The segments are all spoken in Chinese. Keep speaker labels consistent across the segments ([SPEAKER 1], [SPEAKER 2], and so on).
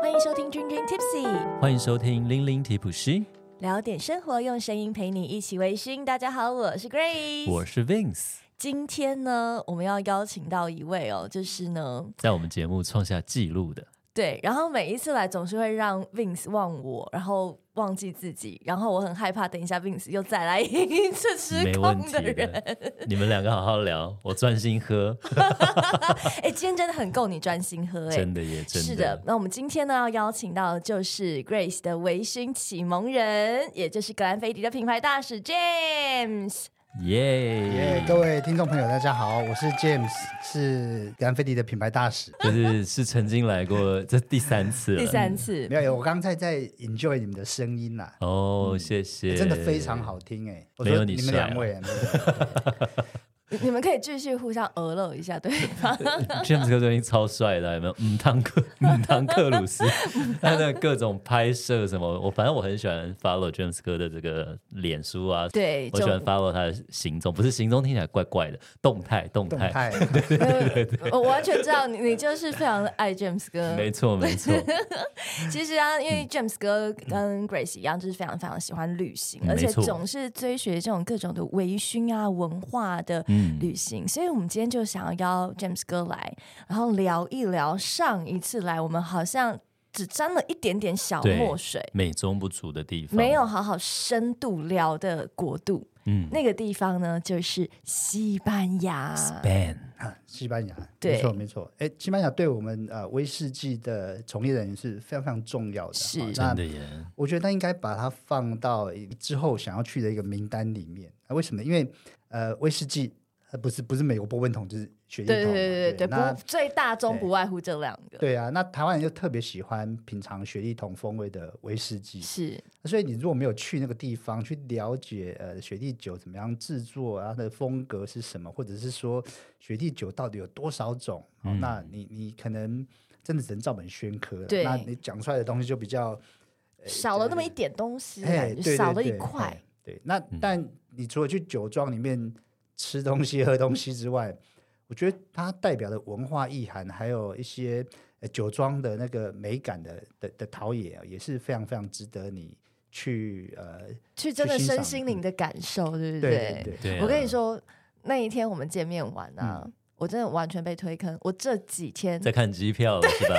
[SPEAKER 1] 欢迎收听君君 Tipsy，
[SPEAKER 2] 欢迎收听《零零提普西》，
[SPEAKER 1] 聊点生活，用声音陪你一起微醺。大家好，我是 Grace。
[SPEAKER 2] 我是 Vince，
[SPEAKER 1] 今天呢，我们要邀请到一位哦，就是呢，
[SPEAKER 2] 在我们节目创下纪录的，
[SPEAKER 1] 对，然后每一次来总是会让 Vince 忘我，然后忘记自己，然后我很害怕，等一下 Vince 又再来一次失
[SPEAKER 2] 没问
[SPEAKER 1] 控
[SPEAKER 2] 题
[SPEAKER 1] 的人。
[SPEAKER 2] 的。你们两个好好聊， 我专心喝，
[SPEAKER 1] 哎，今天真的很够你专心喝哎
[SPEAKER 2] 真。的也真
[SPEAKER 1] 是的，那我们今天呢要邀请到的就是 Grace 的微醺启蒙人，也就是格兰菲迪的品牌大使 James。
[SPEAKER 2] 耶
[SPEAKER 3] 耶！
[SPEAKER 2] 嗯
[SPEAKER 3] 各位听众朋友，大家好，我是 James，是格兰菲迪的品牌大使。
[SPEAKER 2] 就是是曾经来过，这第三次了，
[SPEAKER 1] 第三次
[SPEAKER 3] 没有，
[SPEAKER 2] 嗯
[SPEAKER 3] 我刚才在 enjoy 你们的声音啦，
[SPEAKER 2] 哦，谢谢，
[SPEAKER 3] 嗯真的非常。好听哎。我说
[SPEAKER 2] 没有你
[SPEAKER 3] 你们
[SPEAKER 2] 帅啊
[SPEAKER 3] 两 位，没有
[SPEAKER 1] 你你们可以继续互相鹅露一下对方。
[SPEAKER 2] James 哥最近超帅的，有没有？嗯，汤克， 嗯，汤克鲁斯，他的各种拍摄什么，我反正我很喜欢 follow James 哥的这个脸书啊，
[SPEAKER 1] 对，
[SPEAKER 2] 我喜欢 follow 他的行踪，不是行踪听起来怪怪的，动态动
[SPEAKER 3] 动
[SPEAKER 2] 态，
[SPEAKER 3] 态，啊
[SPEAKER 1] 呃我完全知道你，你就是非常爱 James 哥。
[SPEAKER 2] 没嗯错没 错，
[SPEAKER 1] 其实啊，因为 James 哥跟 Grace 一样，就是非常非常喜欢旅行，
[SPEAKER 2] 嗯
[SPEAKER 1] 而且
[SPEAKER 2] 没错
[SPEAKER 1] 总是追寻这种各种的微醺啊、文化的
[SPEAKER 2] 嗯
[SPEAKER 1] 旅行。所以，我们今天就想要邀 James 哥来，然后聊一聊上一次来，我们好像只沾了一点点小
[SPEAKER 2] 对
[SPEAKER 1] 墨水，
[SPEAKER 2] 美中不足的地方
[SPEAKER 1] 没有，好好深度聊的国度。
[SPEAKER 2] 嗯
[SPEAKER 1] 那个地方呢，就是西班牙。
[SPEAKER 2] ，ban
[SPEAKER 3] 啊西班牙，
[SPEAKER 1] 对
[SPEAKER 3] 没错没错。哎，西班牙对我们呃威士忌的从业人员是非常非常重要的。
[SPEAKER 1] 是
[SPEAKER 3] 哈
[SPEAKER 2] 真
[SPEAKER 3] 那
[SPEAKER 2] 的耶，
[SPEAKER 3] 我觉得应该把它放到呃之后想要去的一个名单里面。啊为什么？因为呃，威士忌呃不是不是美国波本桶，就是雪
[SPEAKER 1] 对对
[SPEAKER 3] 莉桶嘛。
[SPEAKER 1] 对对对，
[SPEAKER 3] 那
[SPEAKER 1] 不最大宗
[SPEAKER 3] 对
[SPEAKER 1] 不外乎这两个。
[SPEAKER 3] 对啊，那台湾人就特别喜欢品尝雪莉桶风味的威士忌，
[SPEAKER 1] 是，
[SPEAKER 3] 所以你如果没有去那个地方去了解呃雪莉酒怎么样制作啊，它的风格是什么，或者是说雪莉酒到底有多少种，哦那你你可能真的只能照本宣科了
[SPEAKER 1] 对
[SPEAKER 3] 那你讲出来的东西就比较
[SPEAKER 1] 少了那么一点东西，
[SPEAKER 3] 哎，
[SPEAKER 1] 感
[SPEAKER 3] 对
[SPEAKER 1] 觉
[SPEAKER 3] 对
[SPEAKER 1] 少了一
[SPEAKER 3] 对
[SPEAKER 1] 块
[SPEAKER 3] 哎。对，那但你除了去酒庄里面吃东西、喝东西之外，我觉得它代表的文化意涵，还有一些呃酒庄的那个美感的的的陶冶，啊也是非常非常值得你去呃，
[SPEAKER 1] 去真的
[SPEAKER 3] 去欣赏
[SPEAKER 1] 身心灵的感受，对不
[SPEAKER 3] 对对对，嗯
[SPEAKER 2] 对啊，
[SPEAKER 1] 我跟你说，那一天我们见面完啊，我真的完全被推坑。我这几天
[SPEAKER 2] 在看机票了是吧？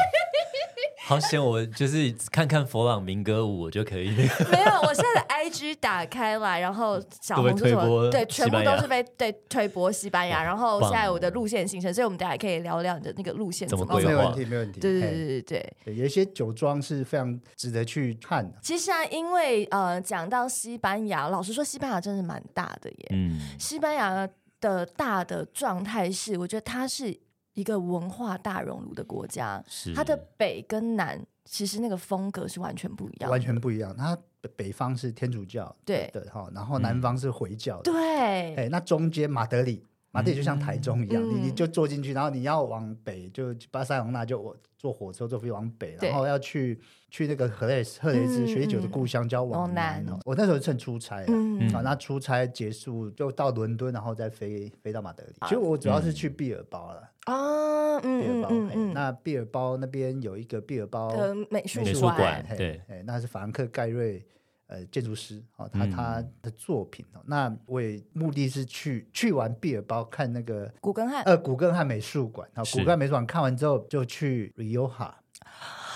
[SPEAKER 2] 好险，我就是看看佛朗明哥舞我就可以，
[SPEAKER 1] 没有，我现在的 IG 打开来，然后小
[SPEAKER 2] 都被
[SPEAKER 1] 红书什
[SPEAKER 2] 推播
[SPEAKER 1] 么对，全
[SPEAKER 2] 西
[SPEAKER 1] 部
[SPEAKER 2] 班牙
[SPEAKER 1] 都是被对推播西班牙。
[SPEAKER 2] 哇
[SPEAKER 1] 然后
[SPEAKER 2] 棒
[SPEAKER 1] 现在我的
[SPEAKER 2] 哦
[SPEAKER 1] 路线形成，所以我们大家可以聊聊你的那个路线
[SPEAKER 2] 怎么
[SPEAKER 1] 么
[SPEAKER 2] 规
[SPEAKER 3] 没
[SPEAKER 1] 走
[SPEAKER 3] 有
[SPEAKER 2] 划
[SPEAKER 3] 问题，没有问题。
[SPEAKER 1] 对对
[SPEAKER 3] 嘿
[SPEAKER 1] 对对对。
[SPEAKER 3] 对有一些酒庄是非常值得去看的。
[SPEAKER 1] 其实啊，因为呃，讲到西班牙，老实说，西班牙真的蛮大的耶。
[SPEAKER 2] 嗯，
[SPEAKER 1] 西班牙的大的状态是，我觉得它是一个文化大熔炉的国家，
[SPEAKER 2] 是
[SPEAKER 1] 它的北跟南其实那个风格是完全不一样的，
[SPEAKER 3] 完全不一样，它北北方是天主教
[SPEAKER 1] 对
[SPEAKER 3] 的哈，然后南方是回教的，
[SPEAKER 1] 对。
[SPEAKER 3] 哎，那中间马德里，马德里就像台中一样，
[SPEAKER 1] 嗯
[SPEAKER 3] 你你就坐进去，然后你要往北，就巴塞隆纳就我坐火车坐飞往北，
[SPEAKER 1] 对
[SPEAKER 3] 然后要去去那个赫雷斯赫雷斯
[SPEAKER 1] 嗯
[SPEAKER 3] 学酒的
[SPEAKER 1] 嗯
[SPEAKER 3] 故乡叫往
[SPEAKER 1] 往南
[SPEAKER 3] 南哦。我那时候趁出差啊，
[SPEAKER 1] 嗯，
[SPEAKER 3] 啊，那出差结束就到伦敦，然后再飞飞到马德里。其实我主要是
[SPEAKER 1] 嗯
[SPEAKER 3] 去毕尔包了，
[SPEAKER 1] 啊，
[SPEAKER 3] 毕尔
[SPEAKER 1] 嗯
[SPEAKER 3] 包。
[SPEAKER 1] 嗯
[SPEAKER 3] 哎
[SPEAKER 1] 嗯嗯，
[SPEAKER 3] 那哦毕尔包那边有一个毕尔包
[SPEAKER 1] 的美术
[SPEAKER 2] 美术馆
[SPEAKER 3] 嘿
[SPEAKER 2] 对
[SPEAKER 3] 嘿那是法兰克盖瑞呃建筑师哦，他
[SPEAKER 2] 嗯
[SPEAKER 3] 他的作品哦。那我也目的是去去完毕尔包看那个
[SPEAKER 1] 古根汉，
[SPEAKER 3] 呃古根汉美术馆，然后
[SPEAKER 2] 是
[SPEAKER 3] 古根汉美术馆看完之后就去 Rioja，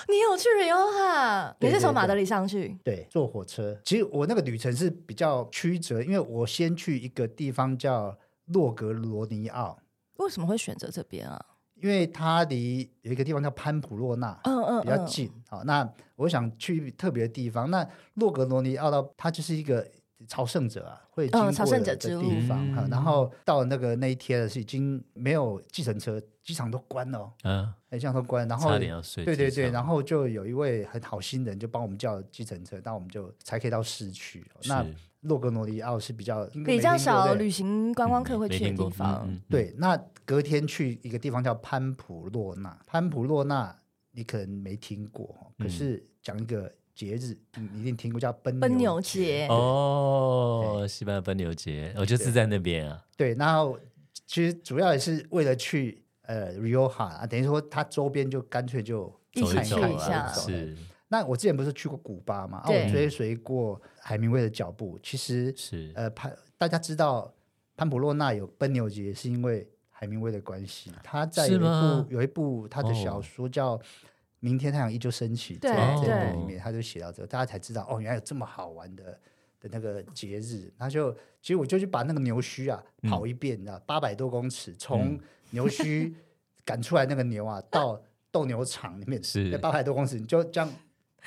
[SPEAKER 1] 你有去 Rioja？你
[SPEAKER 3] 对
[SPEAKER 1] 是从
[SPEAKER 3] 对
[SPEAKER 1] 马
[SPEAKER 3] 对
[SPEAKER 1] 德里上去？
[SPEAKER 3] 对，坐火车。其实我那个旅程是比较曲折，因为我先去一个地方叫洛格罗尼奥，
[SPEAKER 1] 为什么会选择这边啊？
[SPEAKER 3] 因为它离有一个地方叫潘普洛纳，
[SPEAKER 2] 哦
[SPEAKER 1] 嗯嗯，
[SPEAKER 3] 比较
[SPEAKER 1] 嗯，
[SPEAKER 3] 近。好，那我想去特别的地方。那洛格罗尼奥到，它就是一个朝圣者啊，会经过
[SPEAKER 1] 嗯朝圣者
[SPEAKER 3] 的
[SPEAKER 1] 之路
[SPEAKER 3] 地方哈、
[SPEAKER 2] 嗯
[SPEAKER 3] 然后到那个那一天是已经没有计程车，机场都关了哦，
[SPEAKER 2] 啊，
[SPEAKER 3] 哎，机场都关。然后
[SPEAKER 2] 差点要睡机
[SPEAKER 3] 对
[SPEAKER 2] 场，
[SPEAKER 3] 对对，然后就有一位很好心人就帮我们叫计程车，那我们就才可以到市区。那
[SPEAKER 2] 是
[SPEAKER 3] 洛格罗尼奥是比较
[SPEAKER 1] 比较少。
[SPEAKER 3] 应该没听过对
[SPEAKER 1] 旅行观光客会
[SPEAKER 2] 没
[SPEAKER 1] 去的
[SPEAKER 2] 听过
[SPEAKER 1] 地方。
[SPEAKER 2] 嗯嗯嗯
[SPEAKER 3] 对，那隔天去一个地方叫潘普洛纳，潘普洛纳你可能没听过哦，可
[SPEAKER 2] 嗯
[SPEAKER 3] 是讲一个节日，你你一定听过叫奔
[SPEAKER 1] 奔牛
[SPEAKER 3] 牛
[SPEAKER 1] 节，
[SPEAKER 2] 哦，西班牙奔牛节，我就是在那边啊，
[SPEAKER 3] 对，然后其实主要也是为了去呃 Rioja，、啊、等于说它周边就干脆就
[SPEAKER 1] 一起
[SPEAKER 2] 走
[SPEAKER 1] 去
[SPEAKER 2] 走
[SPEAKER 3] 看
[SPEAKER 1] 一
[SPEAKER 3] 一
[SPEAKER 1] 下
[SPEAKER 2] 啊，
[SPEAKER 3] 下
[SPEAKER 2] 是
[SPEAKER 3] 那我之前不是去过古巴嘛？啊，
[SPEAKER 1] 对
[SPEAKER 3] 我追随过海明威的脚步。其实，
[SPEAKER 2] 是，
[SPEAKER 3] 呃，潘大家知道潘博洛纳有奔牛节，是因为海明威的关系。他在有
[SPEAKER 2] 是
[SPEAKER 3] 一
[SPEAKER 2] 吗
[SPEAKER 3] 部有一部他的小
[SPEAKER 2] 哦
[SPEAKER 3] 说叫《明天太阳依旧升起》，
[SPEAKER 1] 对
[SPEAKER 3] 在这
[SPEAKER 2] 对
[SPEAKER 3] 部里面他就写到这个，大家才知道哦，原来有这么好玩的的那个节日。他就其实我就去把那个牛须啊
[SPEAKER 2] 嗯
[SPEAKER 3] 跑一遍，你知道，八百多公尺，从 牛须赶出来那个牛啊到。斗牛场里面
[SPEAKER 2] 是
[SPEAKER 3] 八百多公尺，你就这样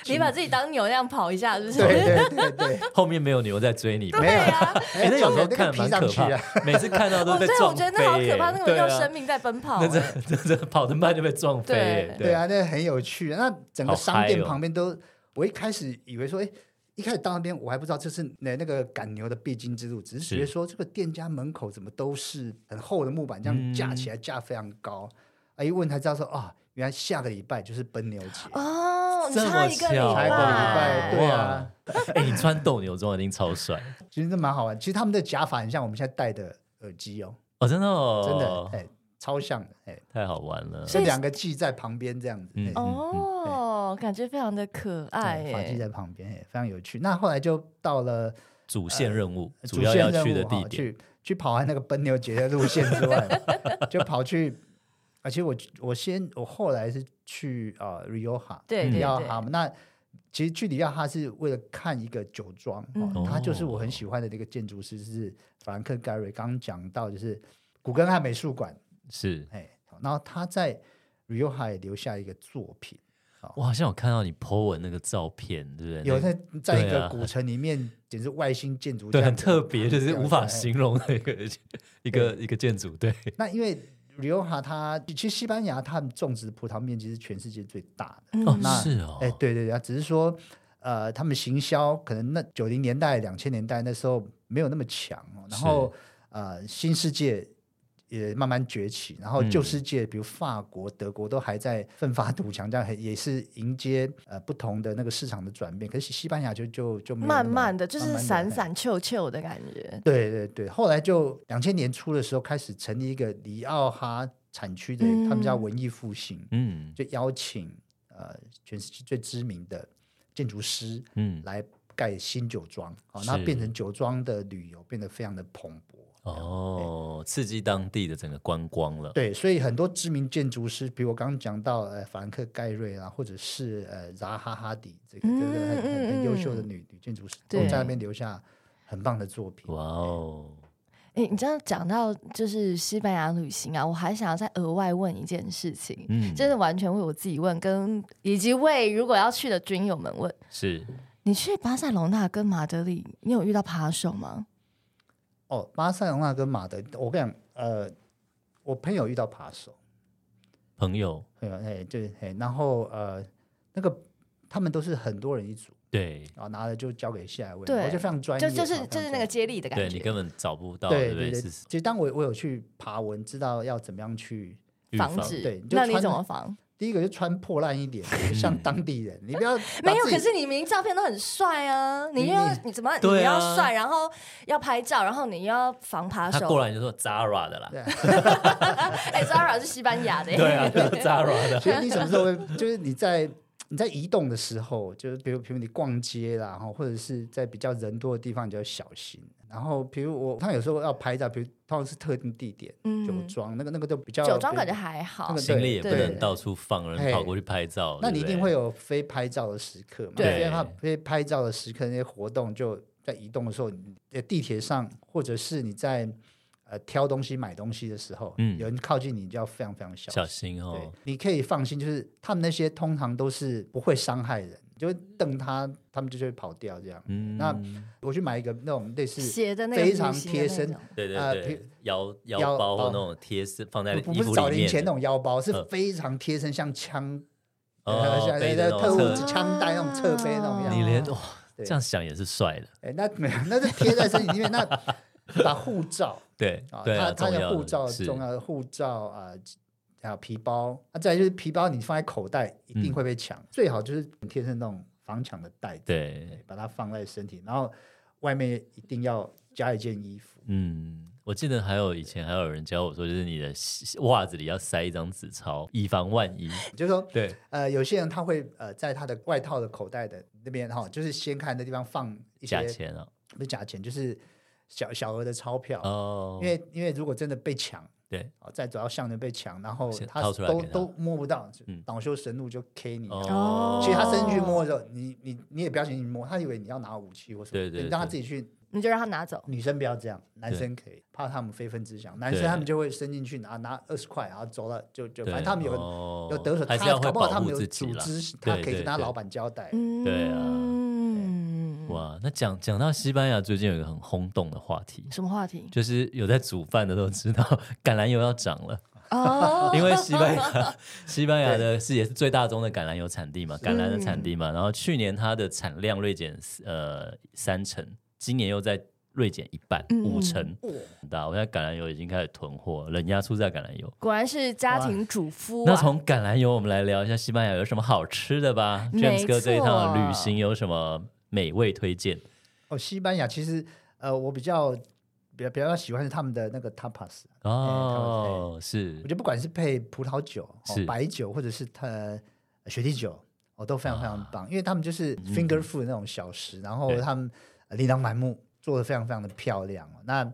[SPEAKER 1] 你把自己当牛那样跑一下，是不是？
[SPEAKER 3] 对对啊对对，
[SPEAKER 2] 后面没有牛在追你吗，
[SPEAKER 3] 没有
[SPEAKER 1] 啊，
[SPEAKER 2] 哎，那有时候看
[SPEAKER 3] 皮
[SPEAKER 2] 蛮
[SPEAKER 3] 上
[SPEAKER 2] 可
[SPEAKER 3] 去
[SPEAKER 2] 怕
[SPEAKER 3] 啊，，
[SPEAKER 2] 每次看到都
[SPEAKER 1] 哦，
[SPEAKER 2] 被
[SPEAKER 1] 对，我
[SPEAKER 2] 撞
[SPEAKER 1] 觉得
[SPEAKER 2] 飞
[SPEAKER 1] 那好可
[SPEAKER 2] 耶
[SPEAKER 1] 怕，那个
[SPEAKER 2] 对
[SPEAKER 1] 用
[SPEAKER 2] 啊
[SPEAKER 1] 生命在奔跑欸
[SPEAKER 2] 那。这 这这跑得慢就被撞飞耶，
[SPEAKER 1] 哎对
[SPEAKER 3] 对啊，那很有趣。那整个
[SPEAKER 2] 好
[SPEAKER 3] 商
[SPEAKER 2] 嗨
[SPEAKER 3] 店
[SPEAKER 2] 哦
[SPEAKER 3] 旁边都，我一开始以为说，哎，一开始到那边我还不知道这是那那个赶牛的必经之路，只是觉得
[SPEAKER 2] 是
[SPEAKER 3] 说这个店家门口怎么都是很厚的木板，这
[SPEAKER 2] 嗯
[SPEAKER 3] 样架起来架非常高。啊，一问才知道说，啊，原来下个礼拜就是奔牛节，
[SPEAKER 1] 哦，你
[SPEAKER 2] 这
[SPEAKER 1] 差
[SPEAKER 2] 么
[SPEAKER 1] 一个礼
[SPEAKER 2] 巧
[SPEAKER 3] 下
[SPEAKER 2] 啊
[SPEAKER 3] 一个礼拜，
[SPEAKER 1] 拜，
[SPEAKER 3] 对啊，
[SPEAKER 2] 哎，你穿斗牛装一定超帅
[SPEAKER 3] 其实这蛮好玩。其实他们的假发很像我们现在戴的耳机哦，
[SPEAKER 2] 哦，真的
[SPEAKER 3] 真的
[SPEAKER 2] 哦，，
[SPEAKER 3] 哎，超像的，哎，
[SPEAKER 2] 太好玩了，
[SPEAKER 3] 这两个系在旁边这样子，
[SPEAKER 2] 嗯
[SPEAKER 3] 哎
[SPEAKER 1] 哦，感觉非常的可爱欸
[SPEAKER 3] 对，发髻
[SPEAKER 1] 耶。
[SPEAKER 3] 在旁边，也哎非常有趣。那后来就到了
[SPEAKER 2] 主线任务，
[SPEAKER 3] 呃
[SPEAKER 2] 主要
[SPEAKER 3] 线
[SPEAKER 2] 要
[SPEAKER 3] 任务
[SPEAKER 2] 去的
[SPEAKER 3] 哈
[SPEAKER 2] 地点，
[SPEAKER 3] 去去跑完那个奔牛节的路线之外， 就跑去。而且我我先我后来是去呃 Rioja，
[SPEAKER 1] 对
[SPEAKER 3] 里
[SPEAKER 1] 对
[SPEAKER 3] 奥
[SPEAKER 1] 对
[SPEAKER 3] 哈嘛。那其实去里奥哈是为了看一个酒庄，
[SPEAKER 1] 嗯
[SPEAKER 3] 哦，他就是我很喜欢的那个建筑师是法兰克盖瑞。刚刚讲到就是古根汉美术馆，
[SPEAKER 2] 是
[SPEAKER 3] 哎，然后他在 Rioja 也留下一个作品，
[SPEAKER 2] 我好像有看到你 po 文那个照片，哎对不对？
[SPEAKER 3] 有
[SPEAKER 2] 那个
[SPEAKER 3] 在在一
[SPEAKER 2] 对
[SPEAKER 3] 个
[SPEAKER 2] 啊
[SPEAKER 3] 古城里面，简直外星建筑这
[SPEAKER 2] 对，
[SPEAKER 3] 样
[SPEAKER 2] 很
[SPEAKER 3] 子
[SPEAKER 2] 特别，就是
[SPEAKER 3] 这样
[SPEAKER 2] 无法
[SPEAKER 3] 子哎
[SPEAKER 2] 形容的一个一个一个建筑，对，
[SPEAKER 3] 那因为 Rioja 它其实西班牙它们种植葡萄面积是全世界最大的，
[SPEAKER 1] 嗯
[SPEAKER 2] 哦，
[SPEAKER 3] 那
[SPEAKER 2] 是哦，
[SPEAKER 3] 哎、对对对，只是说呃，他们行销可能那九零年代、两千年代那时候没有那么强、哦，然后呃，新世界。也慢慢崛起，然后旧
[SPEAKER 2] 嗯
[SPEAKER 3] 世界，比如法国、德国都还在奋发图强，这样很也是迎接呃不同的那个市场的转变。可是西班牙就就就
[SPEAKER 2] 嗯
[SPEAKER 3] 没有那
[SPEAKER 1] 慢
[SPEAKER 3] 么
[SPEAKER 1] 慢的，就是
[SPEAKER 3] 慢慢
[SPEAKER 1] 闪
[SPEAKER 3] 嘿
[SPEAKER 1] 闪啾啾的感觉。
[SPEAKER 3] 对对对，后来就两千年初的时候开始成立一个里奥哈产区的，他们叫
[SPEAKER 1] 嗯
[SPEAKER 3] 文艺复兴，
[SPEAKER 2] 嗯
[SPEAKER 3] 就邀请呃全世界最知名的建筑师
[SPEAKER 2] 嗯，
[SPEAKER 3] 来盖新酒庄，哦，那
[SPEAKER 2] 是
[SPEAKER 3] 变成酒庄的旅游变得非常的蓬勃。
[SPEAKER 2] 哦，
[SPEAKER 3] 哎
[SPEAKER 2] 刺激当地的整个观光了，
[SPEAKER 3] 对，所以很多知名建筑师，比如我刚刚讲到呃法兰克盖瑞啊，或者是呃扎哈哈迪这个这个很很很优秀的
[SPEAKER 1] 嗯嗯
[SPEAKER 3] 女女建筑师，都
[SPEAKER 1] 对
[SPEAKER 3] 在那边留下很棒的作品。
[SPEAKER 2] 哇哦，
[SPEAKER 1] 诶，你这样讲到就是西班牙旅行啊，我还想要再额外问一件事情，
[SPEAKER 2] 嗯，
[SPEAKER 1] 真的完全为我自己问，跟以及为如果要去的军友们问。
[SPEAKER 2] 是
[SPEAKER 1] 你去巴塞罗那跟马德里，你有遇到扒手吗？
[SPEAKER 3] 哦，巴塞罗那跟马德，我跟你讲，呃，我朋友遇到扒手，
[SPEAKER 2] 朋友，
[SPEAKER 3] 朋友哎，对，哎，然后呃，那个他们都是很多人一组，
[SPEAKER 2] 对。
[SPEAKER 3] 然后拿了就交给下一位，
[SPEAKER 1] 对
[SPEAKER 3] 我就非常专业，
[SPEAKER 1] 就就是
[SPEAKER 3] 哦
[SPEAKER 1] 就是那个。接力的感
[SPEAKER 2] 对
[SPEAKER 1] 觉。
[SPEAKER 2] 你根本找不到，
[SPEAKER 3] 非常专业
[SPEAKER 2] 不
[SPEAKER 3] 对对
[SPEAKER 2] 对？
[SPEAKER 3] 对，
[SPEAKER 2] 是
[SPEAKER 3] 其实当我我有去爬文，知道要怎么样去。
[SPEAKER 2] 预
[SPEAKER 1] 防
[SPEAKER 2] 防
[SPEAKER 1] 止，
[SPEAKER 3] 对你就
[SPEAKER 1] 那你
[SPEAKER 3] 穿
[SPEAKER 1] 怎么防？
[SPEAKER 3] 第一个就穿破烂一 点，就像当地人，你不要把
[SPEAKER 1] 没有，
[SPEAKER 3] 自己
[SPEAKER 1] 可是你明明照片都很帅啊，你
[SPEAKER 3] 你
[SPEAKER 1] 又要
[SPEAKER 3] 你
[SPEAKER 1] 你怎么你又
[SPEAKER 2] 对啊
[SPEAKER 1] 要帅，然后要拍照，然后你又要防扒
[SPEAKER 2] 他过
[SPEAKER 1] 手。
[SPEAKER 2] 来就说 Zara 的啦，
[SPEAKER 3] 对啊
[SPEAKER 1] 哎，Zara 是西班牙 的耶，欸
[SPEAKER 2] 对啊，就是 Zara 的，
[SPEAKER 3] 其实你什么时 候会，就是你在你在移动的时候，就是比如比如你逛街啦，然后或者是在比较人多的地方，你就要小心。然后比如我，他有时候要拍照，比如通常是特定地点，
[SPEAKER 1] 嗯
[SPEAKER 3] 酒庄那个那个就比较
[SPEAKER 1] 酒庄
[SPEAKER 3] 比
[SPEAKER 1] 感
[SPEAKER 3] 如
[SPEAKER 1] 觉还好
[SPEAKER 3] 那个。
[SPEAKER 2] 行李也不
[SPEAKER 1] 对
[SPEAKER 2] 能到处放，人
[SPEAKER 3] 嘿
[SPEAKER 2] 跑过去拍照，
[SPEAKER 3] 那
[SPEAKER 2] 对
[SPEAKER 3] 你一
[SPEAKER 2] 不
[SPEAKER 3] 定
[SPEAKER 2] 对
[SPEAKER 3] 会有非拍照的时刻嘛？
[SPEAKER 1] 对
[SPEAKER 3] 非拍非拍照的时刻，那些活动就在移动的时候，你呃，地铁上或者是你在呃挑东西、买东西的时候，
[SPEAKER 2] 嗯
[SPEAKER 3] 有人靠近你，你就要非常非常小心。
[SPEAKER 2] 小心
[SPEAKER 3] 对
[SPEAKER 2] 哦，，
[SPEAKER 3] 你可以放心，就是他们那些通常都是不会伤害人，就会瞪他，他们就就会跑掉这样。
[SPEAKER 2] 嗯，
[SPEAKER 3] 那我去买一个那种类似
[SPEAKER 1] 写的那个
[SPEAKER 3] 非常
[SPEAKER 1] 弧形的
[SPEAKER 3] 贴
[SPEAKER 1] 那
[SPEAKER 3] 身
[SPEAKER 1] 种
[SPEAKER 2] 对对
[SPEAKER 3] 呃
[SPEAKER 2] 对
[SPEAKER 3] 比，
[SPEAKER 2] 腰
[SPEAKER 3] 腰
[SPEAKER 2] 腰包或
[SPEAKER 3] 包
[SPEAKER 2] 那种贴身放在衣
[SPEAKER 3] 不不是
[SPEAKER 2] 服
[SPEAKER 3] 找
[SPEAKER 2] 里
[SPEAKER 3] 零
[SPEAKER 2] 面
[SPEAKER 3] 钱那
[SPEAKER 2] 的，
[SPEAKER 3] 种腰包，是
[SPEAKER 2] 嗯
[SPEAKER 3] 非常贴身，像枪，呃
[SPEAKER 2] 哦
[SPEAKER 3] 像，
[SPEAKER 2] 背着
[SPEAKER 3] 那个
[SPEAKER 2] 那
[SPEAKER 3] 特
[SPEAKER 2] 种
[SPEAKER 3] 务
[SPEAKER 1] 车
[SPEAKER 2] 侧
[SPEAKER 3] 枪带那种侧背那种样
[SPEAKER 1] 啊
[SPEAKER 3] 子。
[SPEAKER 2] 你连哇，
[SPEAKER 3] 对
[SPEAKER 2] 这样想也是帅的，
[SPEAKER 3] 哎，那 没有，那是贴在身体里面。那把护照
[SPEAKER 2] 对
[SPEAKER 3] 啊，
[SPEAKER 2] 对啊，
[SPEAKER 3] 他他
[SPEAKER 2] 重要
[SPEAKER 3] 护照
[SPEAKER 2] 是
[SPEAKER 3] 重要的护照啊，还有皮包啊，再来就是皮包你放在口袋一
[SPEAKER 2] 嗯
[SPEAKER 3] 定会被抢，最好就是贴身那种防抢的带子，
[SPEAKER 2] 对
[SPEAKER 3] 把它放在身体，然后外面一定要加一件衣服。
[SPEAKER 2] 嗯，我记得还有以前还有人教我说，就是你的袜子里要塞一张纸钞，以防万一。
[SPEAKER 3] 就是说，
[SPEAKER 2] 对，
[SPEAKER 3] 呃，有些人他会呃在他的外套的口袋的那边哈、就是先看那地方放一
[SPEAKER 2] 假
[SPEAKER 3] 些
[SPEAKER 2] 钱啊，
[SPEAKER 3] 不是假钱，就是小小额的钞票。
[SPEAKER 2] 哦，
[SPEAKER 3] 因为因为如果真的被抢，
[SPEAKER 2] 对，
[SPEAKER 3] 哦，再走到巷子被抢，然后
[SPEAKER 2] 先
[SPEAKER 3] 他
[SPEAKER 2] 掏出来
[SPEAKER 3] 都
[SPEAKER 2] 给他
[SPEAKER 3] 都摸不到
[SPEAKER 2] 嗯，
[SPEAKER 3] 恼羞成怒就 K 你。
[SPEAKER 1] 哦
[SPEAKER 3] 其实他伸进去摸的时候，你你你也不要轻易摸，他以为你要拿武器或什么，
[SPEAKER 2] 对对
[SPEAKER 3] 你让他
[SPEAKER 2] 对
[SPEAKER 3] 自己去。
[SPEAKER 1] 你就让他拿走。
[SPEAKER 3] 女生不要这样，男
[SPEAKER 2] 对
[SPEAKER 3] 生可以，怕他们非分之想。男
[SPEAKER 2] 对
[SPEAKER 3] 生他们就会伸进去啊拿拿二十块，然后走了就就，反正他们有个
[SPEAKER 2] 有
[SPEAKER 3] 有得手，
[SPEAKER 2] 哦还
[SPEAKER 3] 他
[SPEAKER 2] 是要
[SPEAKER 3] 搞
[SPEAKER 2] 会
[SPEAKER 3] 不好他
[SPEAKER 2] 保
[SPEAKER 3] 们
[SPEAKER 2] 护
[SPEAKER 3] 有
[SPEAKER 2] 自己
[SPEAKER 3] 组
[SPEAKER 2] 啦。
[SPEAKER 3] 织，他可以
[SPEAKER 2] 对
[SPEAKER 3] 跟他
[SPEAKER 2] 对
[SPEAKER 3] 老板交代。
[SPEAKER 1] 嗯，
[SPEAKER 2] 对啊
[SPEAKER 1] 啊，
[SPEAKER 2] 哇，那讲讲到西班牙，最近有一个很轰动的话题，
[SPEAKER 1] 嗯什么话 题？
[SPEAKER 2] 就是有在煮饭的都知道橄榄油要涨了，
[SPEAKER 1] 哦，
[SPEAKER 2] 因为西班 牙西班牙的是也是最大宗的橄榄油产地嘛，橄榄
[SPEAKER 3] 嗯
[SPEAKER 2] 的产地嘛，然后去年它的产量锐减呃三成，今年又在锐减一半
[SPEAKER 1] 嗯
[SPEAKER 2] 五成，
[SPEAKER 3] 哇
[SPEAKER 2] 很大。我现在橄榄油已经开始囤货，冷压出榨橄榄油。
[SPEAKER 1] 果然是家庭主妇、啊。
[SPEAKER 2] 那从橄榄油，我们来聊一下西班牙有什么好吃的吧。
[SPEAKER 1] 没
[SPEAKER 2] James 哥这一
[SPEAKER 1] 错
[SPEAKER 2] 趟旅行有什么美味推荐？
[SPEAKER 3] 哦，西班牙其实呃，我比较比较比较喜欢是他们的那个 tapas，
[SPEAKER 2] 哦，
[SPEAKER 3] 哎我
[SPEAKER 2] 是
[SPEAKER 3] 觉得不管是配葡萄酒、哦
[SPEAKER 2] 是、
[SPEAKER 3] 白酒或者是它呃雪地酒，哦都非常非常
[SPEAKER 2] 啊嗯
[SPEAKER 3] 棒，因为他们就是 finger food 那种小食，然后
[SPEAKER 2] 对
[SPEAKER 3] 他们呃琳琅满目，做的非常非常的漂亮哦。那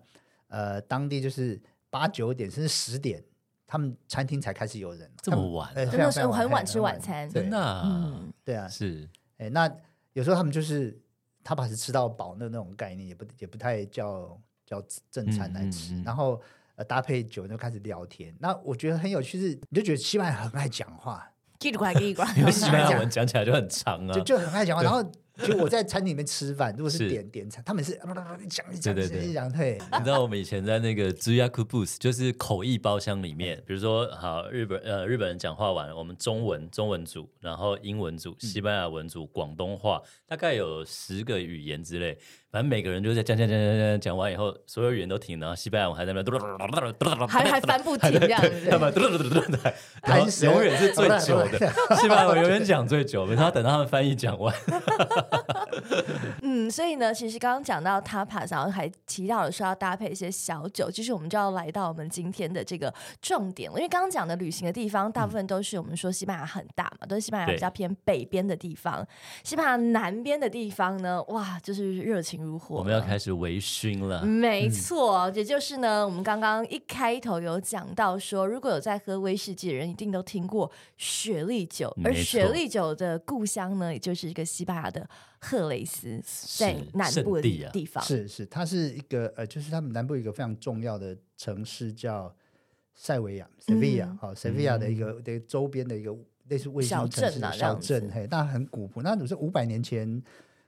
[SPEAKER 3] 呃，当地就是八九点甚至十点，他们餐厅才开始有人，
[SPEAKER 2] 这
[SPEAKER 3] 他
[SPEAKER 2] 么
[SPEAKER 3] 们
[SPEAKER 2] 晚，
[SPEAKER 3] 呃非
[SPEAKER 1] 真的
[SPEAKER 3] 常
[SPEAKER 1] 是
[SPEAKER 3] 非常
[SPEAKER 1] 很晚
[SPEAKER 3] 晚
[SPEAKER 1] 吃晚餐
[SPEAKER 3] 对
[SPEAKER 2] 真的啊
[SPEAKER 1] 嗯，
[SPEAKER 3] 对啊，
[SPEAKER 2] 是
[SPEAKER 3] 哎，那有时候他们就是他把是吃到饱的那种概念，也不也不太叫叫正餐来
[SPEAKER 2] 嗯
[SPEAKER 3] 吃，
[SPEAKER 2] 嗯嗯
[SPEAKER 3] 然后呃搭配酒就开始聊天。那我觉得很有趣是，你就觉得西班牙很爱讲话，
[SPEAKER 1] 叽里呱啦叽里 呱啦，
[SPEAKER 2] 因为西 班牙文讲起来就很长啊
[SPEAKER 3] 就。就很爱讲话。然后就我在餐厅里面吃饭，如果
[SPEAKER 2] 是
[SPEAKER 3] 是点点餐，他们是啊讲一讲
[SPEAKER 2] 对对
[SPEAKER 3] 讲
[SPEAKER 2] 对
[SPEAKER 3] 一讲，对，
[SPEAKER 2] 你知道我们以前在那个 z u y a k u b u s 就是口译包厢里面，比如说好日本呃日本人讲话完了，我们中文中文组，然后英文组、西班牙文组、广东话，大概有十个语言之类，反正每个人就在讲讲讲讲讲讲完以后，所有语言都停，然后西班牙文还在那边，
[SPEAKER 1] 还还翻不停这样 子。
[SPEAKER 2] 他们然后永远是最久 的，西班牙文永远讲最久，然后等到他们翻译讲完，
[SPEAKER 1] 嗯，所以呢，其实刚刚讲到 tapas，然后还提到了说要搭配一些小酒，其实我们就要来到我们今天的这个重点了。因为刚刚讲的旅行的地方，大部分都是我们说西班牙很大嘛，都是西班牙
[SPEAKER 2] 嗯对
[SPEAKER 1] 比较偏北边的地方。西班牙南边的地方呢，哇，就是热情如火了。
[SPEAKER 2] 我们要开始微醺了。
[SPEAKER 1] 没错，也就是呢，我们刚刚一开头有讲到说，如果有在喝威士忌的人，一定都听过雪莉酒，
[SPEAKER 2] 没
[SPEAKER 1] 而
[SPEAKER 2] 错
[SPEAKER 1] 雪莉酒的故乡呢，也就是一个西班牙的赫雷斯，在南部
[SPEAKER 2] 圣地
[SPEAKER 1] 的
[SPEAKER 2] 啊
[SPEAKER 1] 地方。
[SPEAKER 3] 是是，它是一个呃，就是他们南部一个非常重要的城市叫塞维亚 （Sevilla）
[SPEAKER 1] 嗯
[SPEAKER 3] 好、s e v i l l a 的一个的周边的一个类似卫星
[SPEAKER 1] 小
[SPEAKER 3] 城
[SPEAKER 1] 镇
[SPEAKER 3] 市的
[SPEAKER 1] 啊这
[SPEAKER 3] 小
[SPEAKER 1] 样
[SPEAKER 3] 镇
[SPEAKER 1] 子，
[SPEAKER 3] 嘿，那很古朴。那只是五百年前，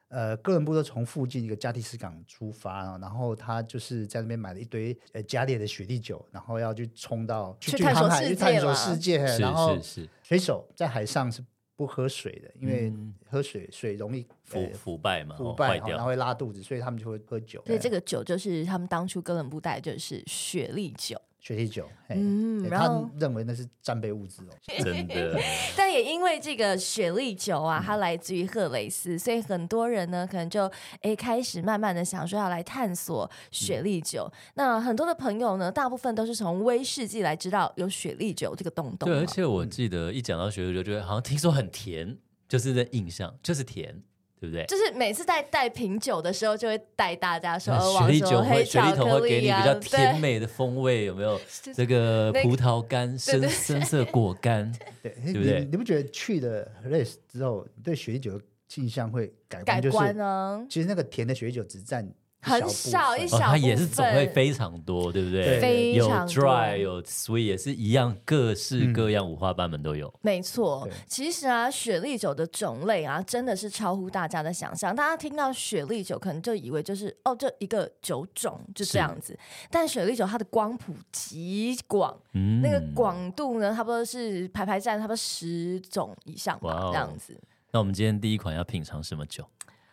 [SPEAKER 3] 呃，哥伦布都从附近一个加的斯港出发，啊然后他就是在那边买了一堆呃加烈的雪地酒，然后要去冲到
[SPEAKER 1] 去
[SPEAKER 3] 去
[SPEAKER 1] 探索
[SPEAKER 3] 航海
[SPEAKER 1] 世
[SPEAKER 3] 去
[SPEAKER 1] 界
[SPEAKER 3] 探索
[SPEAKER 1] 啦
[SPEAKER 3] 世界，嘿
[SPEAKER 2] 是
[SPEAKER 3] 然后
[SPEAKER 2] 是是，
[SPEAKER 3] 水手在海上是不喝水的，因为
[SPEAKER 2] 嗯
[SPEAKER 3] 喝水水容易
[SPEAKER 2] 腐
[SPEAKER 3] 呃
[SPEAKER 2] 腐败嘛，
[SPEAKER 3] 腐
[SPEAKER 2] 哦
[SPEAKER 3] 败
[SPEAKER 2] 坏
[SPEAKER 3] 哈，然后
[SPEAKER 2] 掉。
[SPEAKER 3] 会拉肚子，所以他们就会喝酒。
[SPEAKER 1] 所以
[SPEAKER 3] 哎
[SPEAKER 1] 这个酒就是他们当初哥伦布带，就是雪莉酒。
[SPEAKER 3] 雪地酒，嘿
[SPEAKER 1] 嗯
[SPEAKER 3] 嘿
[SPEAKER 1] 然后
[SPEAKER 3] 他认为那是战备物资哦。
[SPEAKER 2] 真的，
[SPEAKER 1] 但也因为这个雪莉酒啊，
[SPEAKER 2] 嗯
[SPEAKER 1] 它来自于赫雷斯，所以很多人呢，可能就诶开始慢慢的想说要来探索雪莉酒。那很多的朋友呢，大部分都是从威士忌来知道有雪莉酒这个东东啊
[SPEAKER 2] 对，而
[SPEAKER 1] 嘛。
[SPEAKER 2] 且我记
[SPEAKER 1] 嗯
[SPEAKER 2] 得一讲到雪莉酒，就觉得好像听说很甜，就是这印象就是甜，对不对？
[SPEAKER 1] 就是每次在带品酒的时候，就会带大家说，哦
[SPEAKER 2] 雪
[SPEAKER 1] 王
[SPEAKER 2] 莉
[SPEAKER 1] 说
[SPEAKER 2] 酒
[SPEAKER 1] 黑
[SPEAKER 2] 会，雪
[SPEAKER 1] 巧
[SPEAKER 2] 莉桶
[SPEAKER 1] 克
[SPEAKER 2] 会给
[SPEAKER 1] 力
[SPEAKER 2] 你
[SPEAKER 1] 啊，
[SPEAKER 2] 比较甜
[SPEAKER 1] 对，
[SPEAKER 2] 美的风味，有没有？
[SPEAKER 1] 就是
[SPEAKER 2] 这个
[SPEAKER 1] 那个
[SPEAKER 2] 葡萄干、
[SPEAKER 1] 对对
[SPEAKER 2] 深深色果 干，
[SPEAKER 3] 对，
[SPEAKER 2] 对不对
[SPEAKER 3] 你你不觉得去了 r a c e 之后，你对雪地酒的印象会改
[SPEAKER 1] 改
[SPEAKER 3] 观？就是
[SPEAKER 1] 观呢、
[SPEAKER 3] 其实那个甜的雪地酒只占一
[SPEAKER 1] 很
[SPEAKER 3] 部
[SPEAKER 1] 少
[SPEAKER 3] 分
[SPEAKER 1] 一
[SPEAKER 2] 哦，它也是
[SPEAKER 1] 部
[SPEAKER 2] 种类
[SPEAKER 1] 分
[SPEAKER 2] 非常多，对不对？
[SPEAKER 1] 非
[SPEAKER 2] 有
[SPEAKER 1] 常多嗯
[SPEAKER 2] dry 有 sweet，也是一样，各式各样，五花八门都有。
[SPEAKER 1] 没错
[SPEAKER 3] 对，
[SPEAKER 1] 其实啊，雪莉酒的种类啊，真的是超乎大家的想象。大家听到雪莉酒，可能就以为就是哦，就一个酒种就这样子。但雪莉酒它的光谱极广，
[SPEAKER 2] 嗯，
[SPEAKER 1] 那个。广度呢，差不多是排排站差不多十种以上
[SPEAKER 2] 哇
[SPEAKER 1] 吧
[SPEAKER 2] 哦，
[SPEAKER 1] 这样子。
[SPEAKER 2] 那我们今天第一款要品尝什么酒？